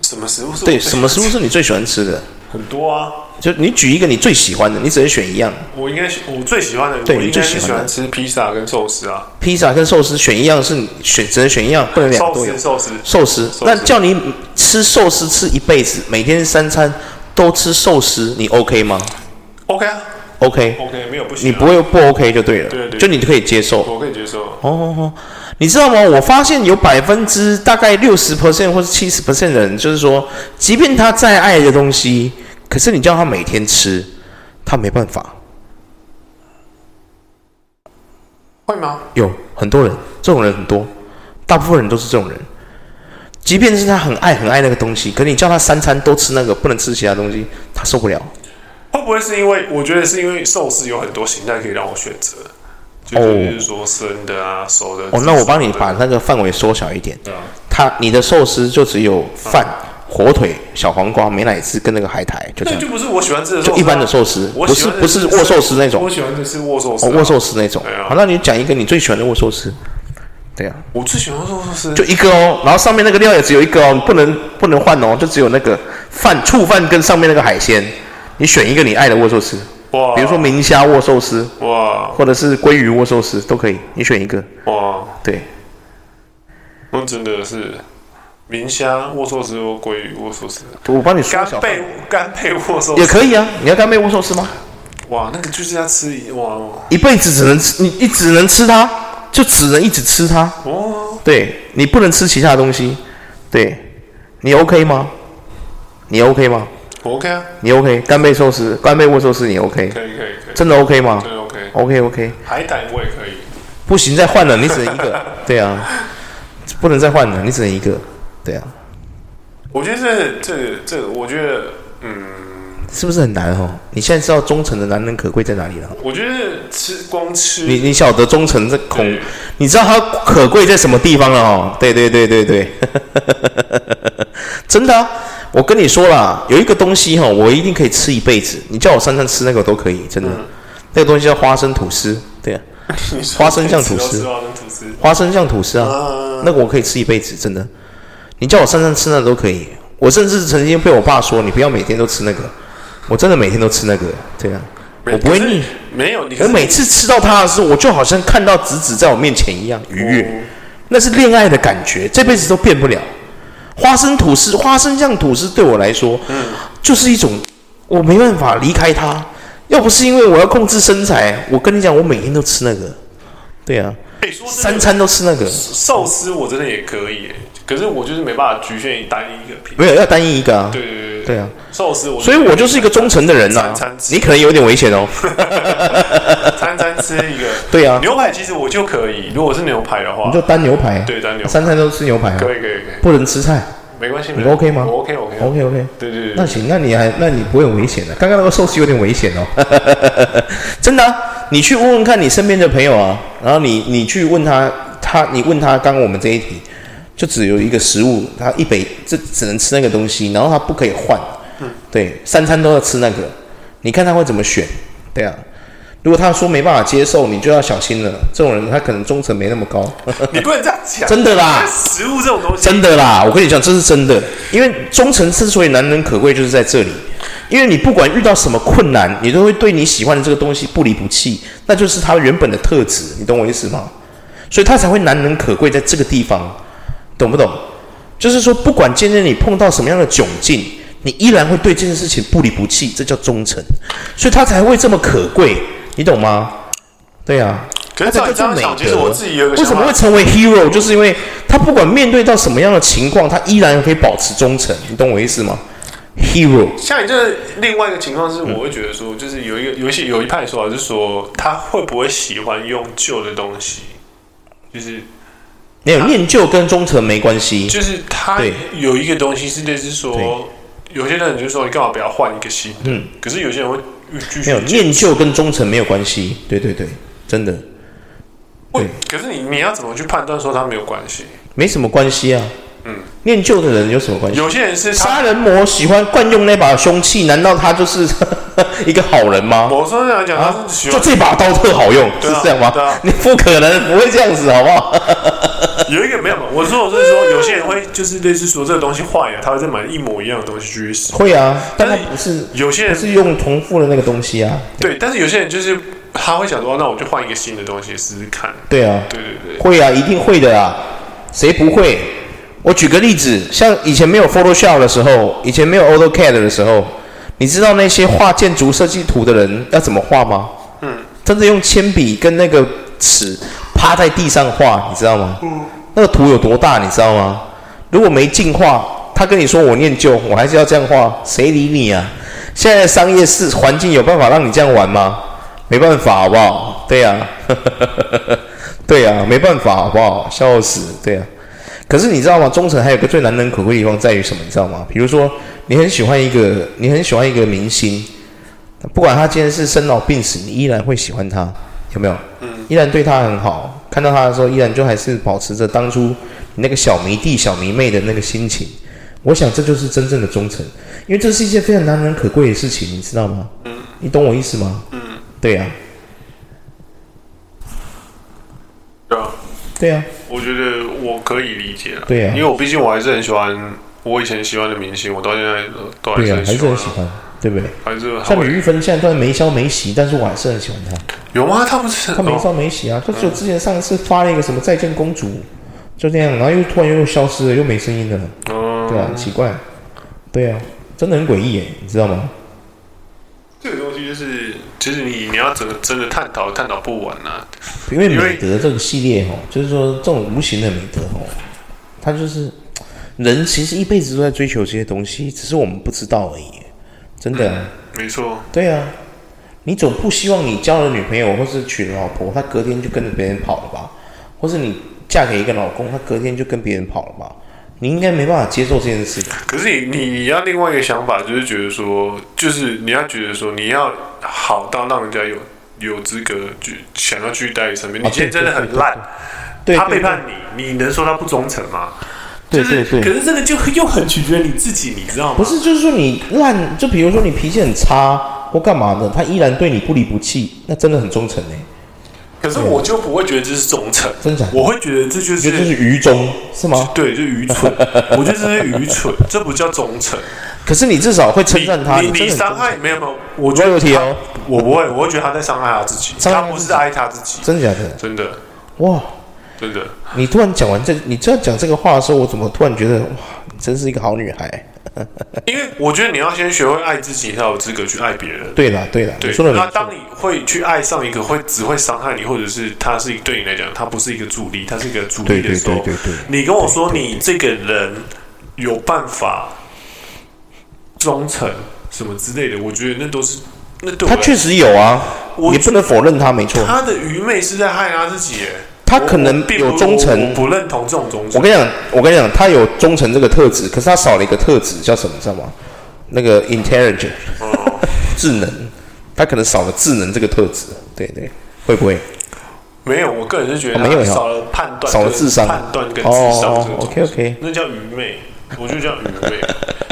S1: 什么食物是
S3: 对，
S1: 我最
S3: 什么食物是你最喜欢吃的？
S1: 很多啊？
S3: 就你举一个你最喜欢的，你只能选一样，
S1: 我应该是我最喜欢的，
S3: 对
S1: 我
S3: 你
S1: 应该
S3: 最
S1: 是
S3: 喜
S1: 喜
S3: 欢的
S1: 欢吃披萨跟寿司啊，
S3: 披萨跟寿司选一样是你选只能选一样，不能两个
S1: 寿
S3: 都有
S1: 司。寿司
S3: 寿司，
S1: 司
S3: 那叫你吃寿司吃一辈子，每天三餐都吃寿司，你 OK 吗
S1: OK 啊
S3: ？OK，
S1: OK 没有不行
S3: 你
S1: 啊，
S3: 不会不 OK 就对了，
S1: 对对
S3: 就你可以接受。
S1: 我可以接受，
S3: 哦哦哦，你知道吗？我发现有百分之大概六十 percent 或是七十 percent 的人，就是说，即便他再爱的东西，可是你叫他每天吃，他没办法。
S1: 会吗？
S3: 有很多人，这种人很多，大部分人都是这种人。即便是他很爱很爱那个东西，可你叫他三餐都吃那个，不能吃其他东西，他受不了。
S1: 会不会是因为我觉得是因为寿司有很多形态可以让我选择，就
S3: 哦
S1: 是比如说生的啊、熟的。
S3: 哦，那我帮你
S1: 炙烧的
S3: 把那个范围缩小一点。
S1: 对啊
S3: 他你的寿司就只有饭、火腿、小黄瓜、美乃滋跟那个海苔，就
S1: 那
S3: 这样
S1: 就。不是我喜欢吃的寿司啊，
S3: 就一般的寿司
S1: 我喜欢
S3: 不是
S1: 的
S3: 不是握寿司那种
S1: 我喜欢的是握寿司
S3: 哦
S1: 啊，，
S3: 握寿司那种
S1: 对。啊
S3: 好，那你讲一个你最喜欢的握寿司。对啊，
S1: 我最喜欢握寿司
S3: 就，一个哦，然后上面那个料也只有一个哦，你不能不能换哦，就只有那个饭醋饭跟上面那个海鲜，你选一个你爱的握寿司，
S1: 哇，
S3: 比如说明虾握寿司，
S1: 哇
S3: 或者是鲑鱼握寿司都可以，你选一个。
S1: 哇，
S3: 对，
S1: 那真的是明虾握寿司，或鲑鱼握寿司，
S3: 我帮你缩
S1: 干
S3: 小
S1: 贝干贝握寿
S3: 也
S1: 司，
S3: 可以啊，你要干贝握寿司吗？
S1: 哇，那个就是要吃一哇
S3: 一辈子只能吃，你你只能吃它，就只能一直吃它。
S1: 哦，
S3: 对你不能吃其他东西，对你 OK 吗？你 OK 吗？
S1: 我 OK 啊，
S3: 你 OK？干贝寿司、干贝握寿司你 OK？
S1: 可以可以可以，
S3: 真的 OK 吗
S1: 真的 OK，
S3: ？OK OK，
S1: 海胆我也可以，
S3: 不行再换了，你只能一个。对啊，不能再换了，你只能一个。对啊，
S1: 我觉得这这这，我觉得嗯。
S3: 是不是很难哦？你现在知道忠诚的难能可贵在哪里了？
S1: 我觉得吃光吃，
S3: 你你晓得忠诚这孔
S1: 对，
S3: 你知道它可贵在什么地方了哦？对对对对对， (laughs) 真的啊、我跟你说啦，有一个东西哈、哦，我一定可以吃一辈子。你叫我三餐吃那个都可以，真
S1: 嗯
S3: 的。那个东西叫花生吐司，对、啊，
S1: (laughs) 你说
S3: 花生酱吐司
S1: 吃到吃到吐司，
S3: 花生酱吐司啊，那个我可以吃一辈子，真的。你叫我三餐吃那都可以。我甚至曾经被我爸说，你不要每天都吃那个。我真的每天都吃那个，对啊，我不会
S1: 可是
S3: 腻。
S1: 没有，你
S3: 我每次吃到它的时候，我就好像看到子子在我面前一样愉
S1: 哦
S3: 悦，那是恋爱的感觉，这辈子都变不了。花生吐司、花生酱吐司对我来说，
S1: 嗯
S3: 就是一种我没办法离开它。要不是因为我要控制身材，我跟你讲，我每天都吃那个，对啊，
S1: 哎说真
S3: 三
S1: 的
S3: 餐都吃那个，
S1: 寿司我真的也可以耶，可是我就是没办法局限于单一一个品。
S3: 没有要单一一个啊，
S1: 对对对
S3: 对啊，
S1: 寿司我
S3: 所以我就是一个忠诚的人呐、
S1: 三餐吃
S3: 你可能有点危险哦，
S1: 餐餐吃一个。
S3: (laughs) 对啊，
S1: 牛排其实我就可以，如果是牛排的话
S3: 你，就单牛排，
S1: 对单牛排
S3: 三餐都吃牛排啊，
S1: 可以可以可以，
S3: 不能吃菜
S1: 没关系。
S3: 你
S1: 没关系
S3: OK 吗
S1: 我 OK OK
S3: ，OK OK。
S1: 对对对对，
S3: 那行，那你还那你不会有危险的、刚刚那个寿司有点危险哦， (laughs) 真的啊、你去问问看你身边的朋友啊，然后你你去问他，他你问他，刚刚我们这一题就只有一个食物，他一辈这只能吃那个东西，然后他不可以换，对，三餐都要吃那个，你看他会怎么选？对啊，如果他说没办法接受，你就要小心了，这种人他可能忠诚没那么高。
S1: 你不能这样讲，
S3: 真的啦
S1: 食物这种东西，
S3: 真的啦，我跟你讲，这是真的。因为忠诚之所以难能可贵，就是在这里。因为你不管遇到什么困难，你都会对你喜欢的这个东西不离不弃，那就是它原本的特质，你懂我意思吗？所以它才会难能可贵在这个地方，懂不懂？就是说，不管今天你碰到什么样的窘境，你依然会对这件事情不离不弃，这叫忠诚，所以它才会这么可贵，你懂吗？对啊，
S1: 可是照你这样想，其实我自己有一个
S3: 为
S1: 想
S3: 什
S1: 法
S3: 么会成为 hero，就是因为他不管面对到什么样的情况，他依然可以保持忠诚，你懂我意思吗？hero，
S1: 像你这另外一个情况
S3: 嗯
S1: 是，我会觉得说，就是有一个有一些有一派说法是说，他会不会喜欢用旧的东西，就是
S3: 没有念旧跟忠诚没关系，
S1: 就是他
S3: 对
S1: 有一个东西是类似说，有些人就说你干嘛不要换一个新的，
S3: 嗯
S1: 可是有些人会继续
S3: 没有念旧跟忠诚没有关系，对对对，真的
S1: 会，可是你你要怎么去判断说他没有关系？
S3: 没什么关系啊。嗯，念旧的人有什么关系？
S1: 有些人是他
S3: 杀人魔喜欢惯用那把凶器，难道他就是 (laughs) 一个好人吗？
S1: 某种程度来讲，他是喜
S3: 啊就
S1: 欢
S3: 这把刀特好用，
S1: 对啊
S3: 是这样吗？
S1: 对啊
S3: 你不可能不会这样子，好不好？
S1: 有一个没有嘛。我说我是说，有些人会就是类似说这个东西坏了，他会再买一模一样的东西继续使。
S3: 会啊，但
S1: 但
S3: 他
S1: 是
S3: 不是
S1: 有些
S3: 不
S1: 人
S3: 是用重复的那个东西啊，
S1: 对，但是有些人就是他会想说，那我就换一个新的东西试试看。
S3: 对啊，
S1: 对对对，
S3: 会啊，一定会的啊，谁不会？我举个例子，像以前没有 Photoshop 的时候，以前没有 AutoCAD 的时候，你知道那些画建筑设计图的人要怎么画吗？嗯，真的用铅笔跟那个尺趴在地上画，你知道吗？嗯，那个图有多大，你知道吗？如果没进化，他跟你说我念旧，我还是要这样画，谁理你啊？现在的商业市环境有办法让你这样玩吗？没办法，好不好？对啊呀、对呀、没办法，好不好？笑死，对呀、可是你知道吗？忠诚还有一个最难能可贵的地方在于什么？你知道吗？比如说，你很喜欢一个，你很喜欢一个明星，不管他今天是生老病死，你依然会喜欢他，有没有？嗯，依然对他很好，看到他的时候，依然就还是保持着当初你那个小迷弟、小迷妹的那个心情。我想这就是真正的忠诚，因为这是一件非常难能可贵的事情，你知道吗？嗯，你懂我意思吗？嗯，对呀、
S1: 对啊，
S3: 对呀、
S1: 我觉得我可以理解了。
S3: 对啊
S1: 因为我毕竟我还是很喜欢我以前喜欢的明星，我到现在都都还
S3: 对
S1: 是
S3: 呀、
S1: 很
S3: 还
S1: 喜
S3: 是
S1: 欢
S3: 很
S1: 啊，
S3: 喜欢，对不对？
S1: 还是
S3: 像
S1: 还
S3: 李
S1: 是
S3: 玉芬现在都然没消没息，但是我还是很喜欢她。
S1: 有吗？他不是
S3: 她没消没息啊，就只有之前上一次发了一个什么再见公主，就这样，然后又突然又消失了，又没声音了，
S1: 哦，
S3: 对啊，很奇怪，对啊，真的很诡异耶，你知道吗？
S1: 这个东西就是，其实你你要真的真的探讨探讨不完啊。
S3: 因为
S1: 因
S3: 美
S1: 为
S3: 德这个系列哦，就是说这种无形的美德哦，它就是人其实一辈子都在追求这些东西，只是我们不知道而已，真的啊、
S1: 没错，
S3: 对啊，你总不希望你交了女朋友或是娶了老婆，她隔天就跟着别人跑了吧？或是你嫁给一个老公，她隔天就跟别人跑了吧？你应该没办法接受这件事情。
S1: 可是你你要另外一个想法，就是觉得说，就是你要觉得说，你要好到让人家有有资格去想要去待你身边。你今天真的很烂，
S3: 对，
S1: 他
S3: 对
S1: 背叛你，你能说他不忠诚吗？
S3: 对对
S1: 就是
S3: 对
S1: 可是这个就又很取决于你自己，你知道吗？
S3: 不是，就是说你烂，就比如说你脾气很差或干嘛的，他依然对你不离不弃，那真的很忠诚呢、欸
S1: 可是我就不会觉得这是忠诚，
S3: 真假的
S1: 我会觉得这就
S3: 你觉得这是
S1: 是。
S3: 愚忠是吗？
S1: 对，就愚
S3: (laughs)
S1: 蠢，我觉得这是愚蠢，这不叫忠诚。
S3: 可是你至少会称 (laughs) 赞他，
S1: 你
S3: 真
S1: 你
S3: 的很
S1: 伤
S3: 忠
S1: 害没有没有，我
S3: 我
S1: 觉
S3: 觉得
S1: 得
S3: 有题
S1: 他
S3: 哦，
S1: 我不会，我会觉得他在伤害他自己，
S3: 伤害
S1: 他
S3: 他
S1: 不是爱他自己，
S3: 真的假的？
S1: 真的
S3: 哇，
S1: 真的。
S3: 你突然讲完这，你这样讲这个话的时候，我怎么突然觉得哇，你真是一个好女孩？
S1: 因为我觉得你要先学会爱自己，才有资格去爱别人。
S3: 对啦，对啦，你
S1: 对
S3: 说，的没
S1: 那
S3: 错
S1: 当。你会去爱上一个会只会伤害你，或者是他是对你来讲，他不是一个助力，他是一个阻力
S3: 对对
S1: 的时候，
S3: 对对对
S1: 你跟我说你这个人有办法忠诚什么之类的，我觉得那都是那对我
S3: 他
S1: 来
S3: 确实有啊，
S1: 我
S3: 也不能否认他没错。
S1: 他的愚昧是在害他自己耶。
S3: 他可能
S1: 我并
S3: 有
S1: 不
S3: 忠
S1: 我
S3: 诚
S1: 我，不认同这种忠
S3: 我
S1: 诚。
S3: 跟你讲，我跟你讲，他有忠诚这个特质，可是他少了一个特质，叫什么？你知道吗？那个 intelligent，智
S1: 哦
S3: 能，他可能少了智能这个特质。对对，会不会
S1: 没有，我个人是觉得
S3: 哦没有
S1: 他
S3: 呀
S1: 少了判断跟，
S3: 少了智商？
S1: 判断跟智商这
S3: 哦
S1: 种东西。
S3: ，OK OK，
S1: 那叫愚昧，我就叫愚昧。 (laughs)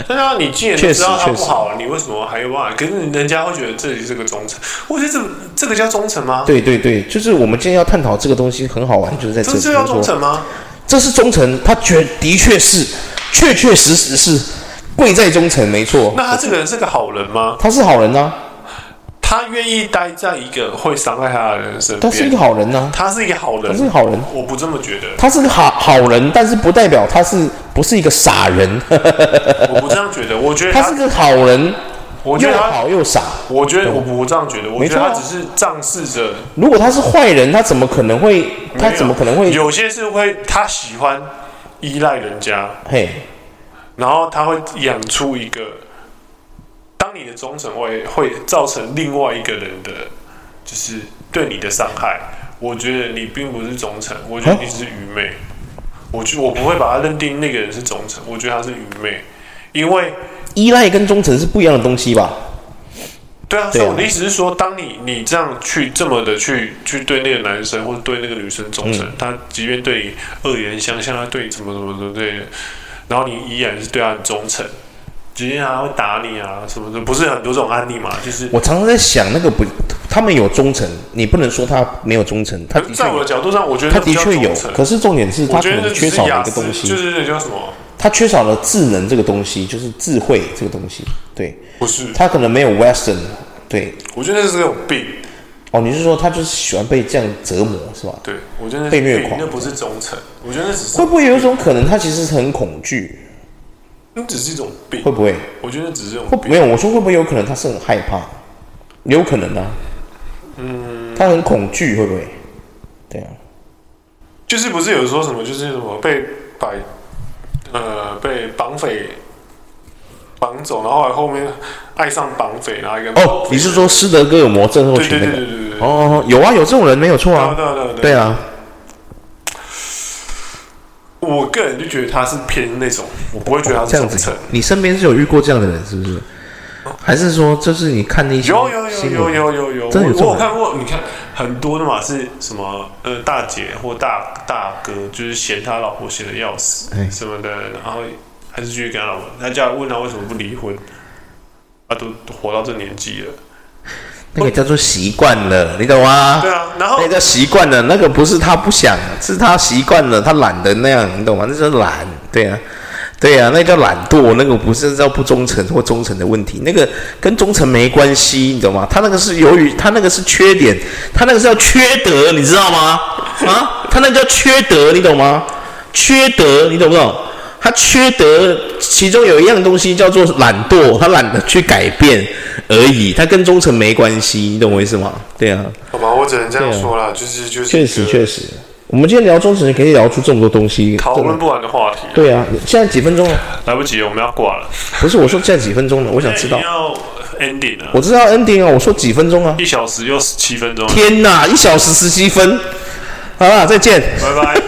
S1: 但是啊你既然
S3: 确
S1: 都
S3: 实
S1: 知道他
S3: 确实
S1: 不好，你为什么还有办法？可是人家会觉得这里是个忠诚，我觉得这这个叫忠诚吗？
S3: 对对对，就是我们今天要探讨这个东西很好玩，就是在这
S1: 这
S3: 里。
S1: 这叫
S3: 就是
S1: 忠
S3: 说
S1: 诚吗？
S3: 这是忠诚，他确的确是，确确实实是贵在忠诚，没错。
S1: 那他这个人是个好人吗？
S3: 他是好人啊，
S1: 他愿意待在一个会伤害他的人身
S3: 他是一个
S1: 边，
S3: 好人呐、啊
S1: 他是一个好人，
S3: 他是一个好人，啊
S1: 我不这么觉得，
S3: 他是个好好人，但是不代表他是不是一个
S1: (laughs)
S3: 傻人，
S1: 我不这样觉得，我觉得
S3: 他是个好人，
S1: 我觉
S3: 又
S1: 得他，
S3: 好又傻。
S1: 我觉得我不这样觉得，我觉得
S3: 没错啊
S1: 他只是仗势着，
S3: 如果他是坏人，他怎么可能会？他怎么可能会？
S1: 有些是会他喜欢依赖人家，
S3: 嘿，
S1: 然后他会养出一个，当你的忠诚会会造成另外一个人的，就是对你的伤害。我觉得你并不是忠诚，我觉得你只是愚昧。我就我不会把他认定那个人是忠诚，我觉得他是愚昧，因为
S3: 依赖跟忠诚是不一样的东西吧？
S1: 对啊，所
S3: 对啊
S1: 以我的意思是说，当你你这样去这么的去去对那个男生或者对那个女生忠
S3: 嗯
S1: 诚，他即便对你恶言相向，他对你怎么怎么之类的，然后你依然是对他很忠诚，即便他会打你啊什么的，不是很多这种案例嘛？就是
S3: 我常常在想，那个不，他们有忠诚，你不能说他没有忠诚，他的确
S1: 在我
S3: 有
S1: 的角度上，我觉得
S3: 他
S1: 那不
S3: 的
S1: 叫
S3: 确有
S1: 忠诚，
S3: 可是重点是
S1: 我
S3: 他可
S1: 觉得
S3: 能
S1: 那
S3: 缺
S1: 只
S3: 少
S1: 是
S3: 了
S1: 雅
S3: 一个
S1: 思
S3: 东，西，
S1: 就是那叫什么？
S3: 他缺少了智能这个东西，就是智慧这个东西。对
S1: 不是，
S3: 他可能没有 Western，对
S1: 我觉得那是种病。
S3: 哦，你是说他就是喜欢被这样折磨是吧？
S1: 对，我觉得那
S3: 被
S1: 是
S3: 虐
S1: 病，
S3: 狂
S1: 那不是忠诚，我觉得那只是
S3: 会不会有一种可能，他其实很恐惧？
S1: 那只是一种病
S3: 会，不会？
S1: 我觉得那只是一种
S3: 会
S1: 病。
S3: 没有？我说会不会有可能他是很害怕？有可能啊。嗯，他很恐惧，会不会？对啊，
S1: 就是不是有说什么，就是什么被摆呃被绑匪绑走，然后后来后面爱上绑匪，然后一个
S3: 哦，你是说斯德哥尔摩症候
S1: 对
S3: 群
S1: 对
S3: 那
S1: 对
S3: 个？
S1: 对对对，
S3: 哦，有啊，有这种人没有错
S1: 对
S3: 啊。
S1: 对对
S3: 对，啊，
S1: 我个人就觉得他是偏那啊种，我不会觉得他
S3: 这
S1: 是
S3: 样
S1: 忠
S3: 子
S1: 诚。，
S3: 你身边是有遇过这样的人是不是？还是说，就是你看那些
S1: 有有有
S3: 新
S1: 有
S3: 闻
S1: 有有有，
S3: 真的有
S1: 我
S3: 这种
S1: 我有看过，你看很多的嘛，是什么呃大姐或大大哥，就是嫌他老婆嫌的要死
S3: 哎
S1: 什么的，然后还是继续跟他老婆，他叫他问他为什么不离婚，他都都活到这年纪了，
S3: 那个叫做习惯了，你懂吗？
S1: 对啊，然后
S3: 那个叫习惯了，那个不是他不想，是他习惯了，他懒得那样，你懂吗？那叫懒，对啊，对啊，那叫懒惰，那个不是叫不忠诚或忠诚的问题，那个跟忠诚没关系，你懂吗？他那个是由于他那个是缺点，他那个是要缺德，你知道吗？啊，他那个叫缺德，你懂吗？缺德，你懂不懂？他缺德，其中有一样东西叫做懒惰，他懒得去改变而已，他跟忠诚没关系，你懂我意思吗？对啊。
S1: 好吧，我只能这样说啦，就是就是
S3: 确实确实，我们今天聊忠诚可以聊出这么多东西。
S1: 讨
S3: 真
S1: 论
S3: 的
S1: 不完的话题，
S3: 对啊，现在几分钟了？
S1: 来不及，了，我们要挂了，
S3: 不是我说现在几分钟了，我想知道
S1: 一定。要 ending 了
S3: 我，知道 ending 啊，我说几分钟啊？ (laughs)
S1: 一小时又十七分钟了，
S3: 天哪，一小时十七分。好了，再见。
S1: 拜拜。